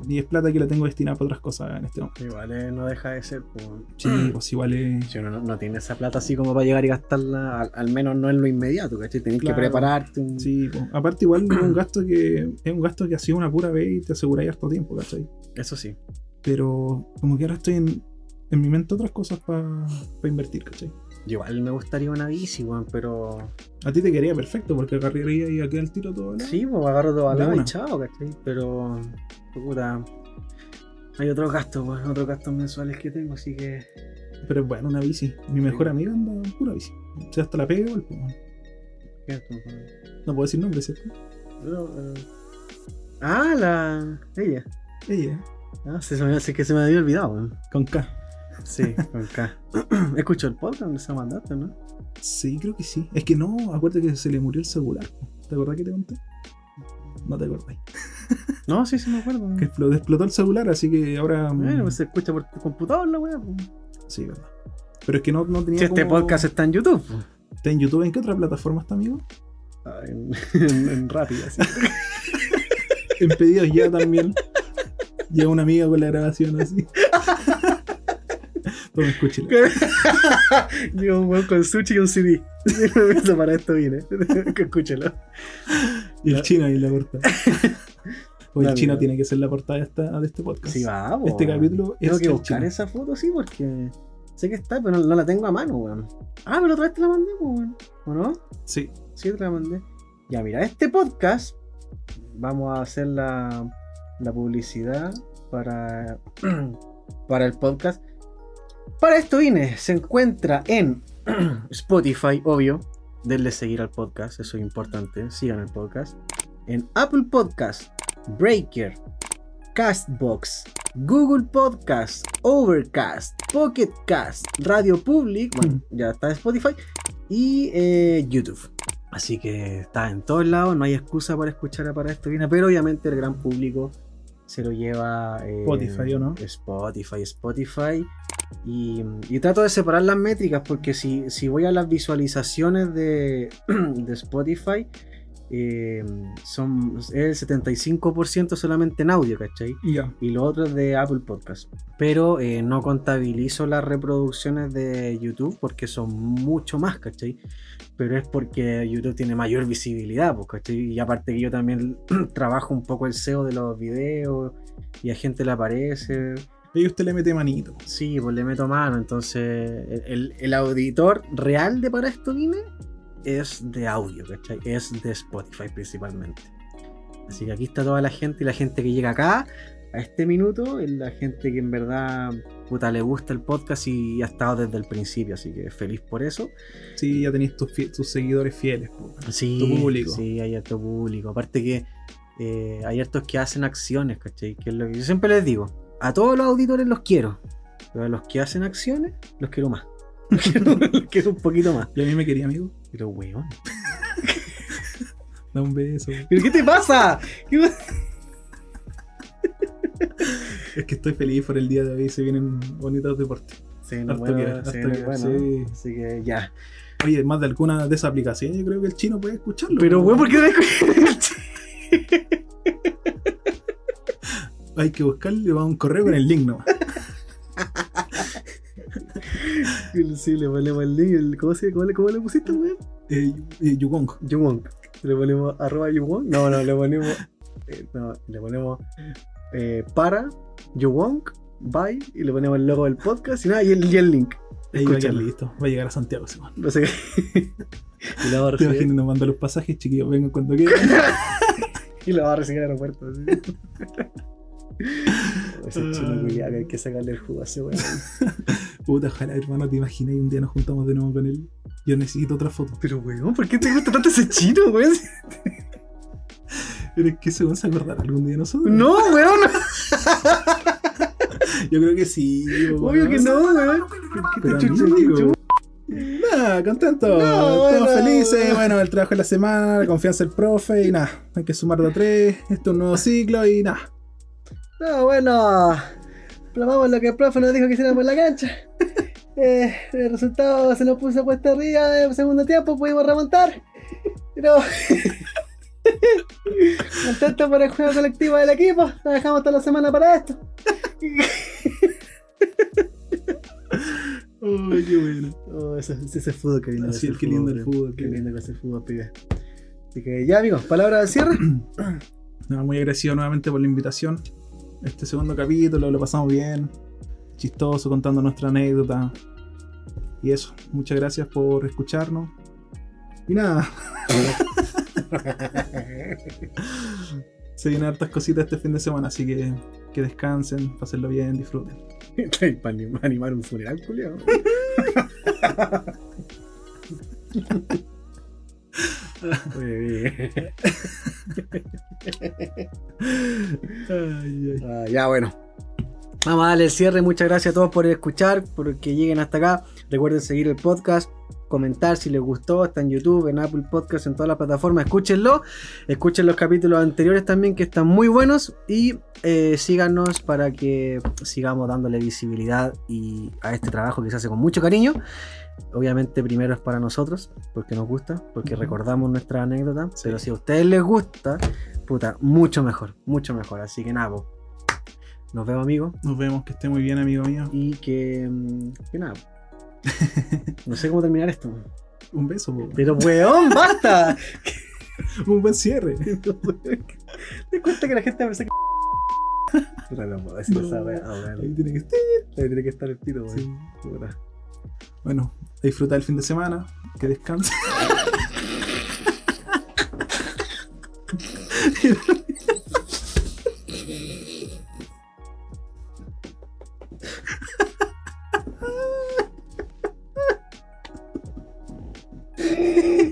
Speaker 2: Y es plata que la tengo destinada para otras cosas en este momento.
Speaker 3: Igual eh, no deja de ser, pues,
Speaker 2: Sí, pues igual es.
Speaker 3: si uno no, no tiene esa plata así como para llegar y gastarla, al, al menos no en lo inmediato, ¿cachai? Tenés
Speaker 2: Claro.
Speaker 3: que prepararte un...
Speaker 2: Sí, po. aparte igual es un gasto que es un gasto que ha sido una pura vez y te aseguráis harto tiempo, ¿cachai?
Speaker 3: Eso sí.
Speaker 2: Pero como que ahora estoy en, en mi mente otras cosas para invertir, ¿cachai?
Speaker 3: Yo Igual me gustaría una bici, weón, pero...
Speaker 2: A ti te quedaría perfecto porque agarraría y aquí al tiro todo. ¿no?
Speaker 3: Sí, pues agarro dos
Speaker 2: De
Speaker 3: aladas y
Speaker 2: una.
Speaker 3: chao, ¿cachai? Pero, puta, hay otros gastos, pues, otros gastos mensuales que tengo, así que
Speaker 2: Pero bueno, una bici. Mi mejor amiga anda en pura bici. O sea, hasta la pega igual, po.
Speaker 3: cierto, pues.
Speaker 2: No puedo decir nombre, ¿cierto?
Speaker 3: Pero, eh, Ah, la. ella.
Speaker 2: Ella,
Speaker 3: Ah, se se me, se- que se me había olvidado, weón.
Speaker 2: con K.
Speaker 3: Sí, con K. Escuchó el podcast donde se mandaste, ¿no?
Speaker 2: Sí, creo que sí. Es que no, acuérdate que se le murió el celular. po. ¿Te acordás que te conté? No te acordás.
Speaker 3: No, sí, sí me acuerdo.
Speaker 2: Que explotó, explotó el celular, así que ahora. mm,
Speaker 3: Bueno, pues se escucha por tu computador la weá. pues.
Speaker 2: Sí, verdad. Pero es que no, no tenía.
Speaker 3: Si este
Speaker 2: como-
Speaker 3: podcast está en YouTube, pues.
Speaker 2: ¿Está en YouTube? ¿En qué otra plataforma está, amigo?
Speaker 3: Ah, en, en, en rápido, así.
Speaker 2: En pedidos ya también. Llega una amiga con la grabación así. Toma, escúchela.
Speaker 3: Digo, un weón con sushi y un CD. Eso para esto viene. Que escúchelo.
Speaker 2: Y
Speaker 3: Ya.
Speaker 2: el chino ahí en la portada. Oye,
Speaker 3: Dale,
Speaker 2: el chino
Speaker 3: dale.
Speaker 2: tiene que ser la portada de, esta- de este podcast.
Speaker 3: Sí, va, po,
Speaker 2: Este
Speaker 3: weón.
Speaker 2: capítulo es
Speaker 3: Tengo que
Speaker 2: el
Speaker 3: buscar
Speaker 2: chino.
Speaker 3: esa foto, sí, porque sé que está, pero no, no la tengo a mano, weón. Ah, pero otra vez te la mandé, po, weón. ¿O no?
Speaker 2: Sí,
Speaker 3: Sí, te la mandé. Ya, mira, este podcast vamos a hacer la, la publicidad para, para el podcast. Para esto vine, se encuentra en Spotify, obvio. Denle seguir al podcast, eso es importante. Sigan el podcast. En Apple Podcast, Breaker, Castbox, Google Podcast, Overcast, Pocket Cast, Radio Public, bueno, ya está Spotify, y eh, YouTube. Así que está en todos lados, no hay excusa para escuchar a Para Esto Viene, pero obviamente el gran público se lo lleva eh,
Speaker 2: Spotify, ¿o no?
Speaker 3: Spotify, Spotify. Y, y trato de separar las métricas porque si, si voy a las visualizaciones de, de Spotify, eh, son, es el 75% solamente en audio, ¿cachai?
Speaker 2: Ya.
Speaker 3: y lo otro es de Apple Podcast. Pero eh, no contabilizo las reproducciones de YouTube porque son mucho más, ¿cachai? Pero es porque YouTube tiene mayor visibilidad, pues, ¿cachai? Y aparte que yo también trabajo un poco el SEO de los videos y a gente le aparece.
Speaker 2: Y usted le mete manito.
Speaker 3: Sí, pues le meto mano. Entonces, el, el auditor real de para esto vine es de audio, ¿cachai? Es de Spotify principalmente. Así que aquí está toda la gente y la gente que llega acá a este minuto es la gente que en verdad puta le gusta el podcast y ha estado desde el principio, así que feliz por eso.
Speaker 2: Sí, ya tenéis tus, fie- tus seguidores fieles. po.
Speaker 3: Sí,
Speaker 2: Tu público.
Speaker 3: Sí, hay harto público. Aparte que eh, hay hartos que hacen acciones, ¿cachai? Que es lo que yo siempre les digo. A todos los auditores los quiero. Pero a los que hacen acciones, los quiero más. Los quiero, los quiero un poquito más.
Speaker 2: Y a mí me quería, amigo.
Speaker 3: Pero weón.
Speaker 2: Da un beso.
Speaker 3: ¿Pero qué te pasa? ¿Qué pasa?
Speaker 2: Es que estoy feliz por el día de hoy. Se vienen bonitos deportes.
Speaker 3: Sí,
Speaker 2: Harto
Speaker 3: no, bueno,
Speaker 2: que- harto
Speaker 3: sí,
Speaker 2: que-
Speaker 3: no, bueno.
Speaker 2: sí.
Speaker 3: Así que ya.
Speaker 2: Oye, más de alguna de esas aplicaciones, yo creo que el chino puede escucharlo.
Speaker 3: Pero
Speaker 2: po.
Speaker 3: weón, ¿por qué te
Speaker 2: Hay que buscarle va un correo con el link nomás.
Speaker 3: Sí, le ponemos el link. el- ¿Cómo, se, cómo, le, cómo le pusiste, weón?
Speaker 2: Eh, eh, Yugong.
Speaker 3: Yuwonk. Le ponemos arroba Yuwonk. No, no, le ponemos. eh, no, le ponemos eh, para Yuwonk, bye, y le ponemos el logo del podcast y nada, y el, y el link.
Speaker 2: Ahí va a quedar
Speaker 3: Escúchalo.
Speaker 2: listo. Va a llegar a Santiago. ese weón.
Speaker 3: No sé qué. y la va a
Speaker 2: Te
Speaker 3: recibir.
Speaker 2: imaginas, nos manda los pasajes, chiquillos. Vengan cuando quieran.
Speaker 3: Y la va a recibir al aeropuerto. así. Ese chino culiao que hay que sacarle el jugo a ese weón.
Speaker 2: Puta, ojalá, hermano, te imaginas y un día nos juntamos de nuevo con él. Yo necesito otra foto.
Speaker 3: Pero weón, ¿por qué te gusta tanto ese chino, weón?
Speaker 2: Pero es que se se acordar algún día de nosotros.
Speaker 3: No, weón,
Speaker 2: Yo creo que sí.
Speaker 3: obvio que no, weón.
Speaker 2: Pero
Speaker 3: Chuchu,
Speaker 2: amigo.
Speaker 3: chuchu.
Speaker 2: Nada, contento.
Speaker 3: No,
Speaker 2: Todos
Speaker 3: bueno.
Speaker 2: felices. Bueno, el trabajo de la semana, la confianza del profe y nada. Hay que sumar de a tres. Esto es un nuevo ciclo y nada.
Speaker 3: No, bueno, plasmamos lo que el profe nos dijo que hiciéramos en la cancha. Eh, el resultado se nos puso puesta arriba en segundo tiempo, pudimos remontar. Pero. Contento por el juego colectivo del equipo, trabajamos toda la semana para esto.
Speaker 2: Ay, qué bueno.
Speaker 3: Oh, ese, ese fútbol que
Speaker 2: Así es, qué lindo el fútbol. qué
Speaker 3: Qué
Speaker 2: lindo.
Speaker 3: lindo que es el fútbol, pibe. Así que ya, amigos, palabra de cierre.
Speaker 2: No, muy agradecido nuevamente por la invitación. Este segundo capítulo lo pasamos bien. Chistoso contando nuestra anécdota. Y eso, muchas gracias por escucharnos. Y nada. Se vienen hartas cositas este fin de semana, así que que descansen, pásenlo bien, disfruten.
Speaker 3: Para animar un funeral, culiao. Muy bien. Ah, ya, bueno. Vamos a darle el cierre. Muchas gracias a todos por escuchar, por que lleguen hasta acá. Recuerden seguir el podcast, comentar si les gustó. Está en YouTube, en Apple Podcast, en todas las plataformas. Escúchenlo. Escuchen los capítulos anteriores también, que están muy buenos. Y eh, síganos para que sigamos dándole visibilidad y a este trabajo que se hace con mucho cariño. Obviamente, primero es para nosotros, porque nos gusta, porque recordamos nuestra anécdota.
Speaker 2: Sí.
Speaker 3: Pero si a ustedes les gusta, puta, mucho mejor, mucho mejor. Así que nada, po. nos vemos, amigos.
Speaker 2: Nos vemos, que esté muy bien, amigo mío.
Speaker 3: Y que. mm, que nada. No sé cómo terminar esto.
Speaker 2: Un beso, po.
Speaker 3: Pero, weón, basta.
Speaker 2: un buen cierre.
Speaker 3: Te cuesta que la gente me saca. Puta, no puedo decir esa wea, ah, weón.
Speaker 2: Ahí tiene que estar.
Speaker 3: Ahí tiene que estar el tiro, weón.
Speaker 2: Sí.
Speaker 3: Puta.
Speaker 2: Bueno, a disfrutar el fin de semana, que descansen.
Speaker 3: Su madre.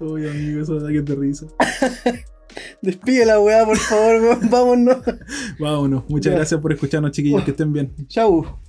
Speaker 2: Uy, amigo, eso da que te risa.
Speaker 1: Despide la weá, por favor, weón. Vámonos.
Speaker 2: Vámonos. Muchas
Speaker 1: Ya.
Speaker 2: gracias por escucharnos, chiquillos. Que estén bien.
Speaker 1: Chau.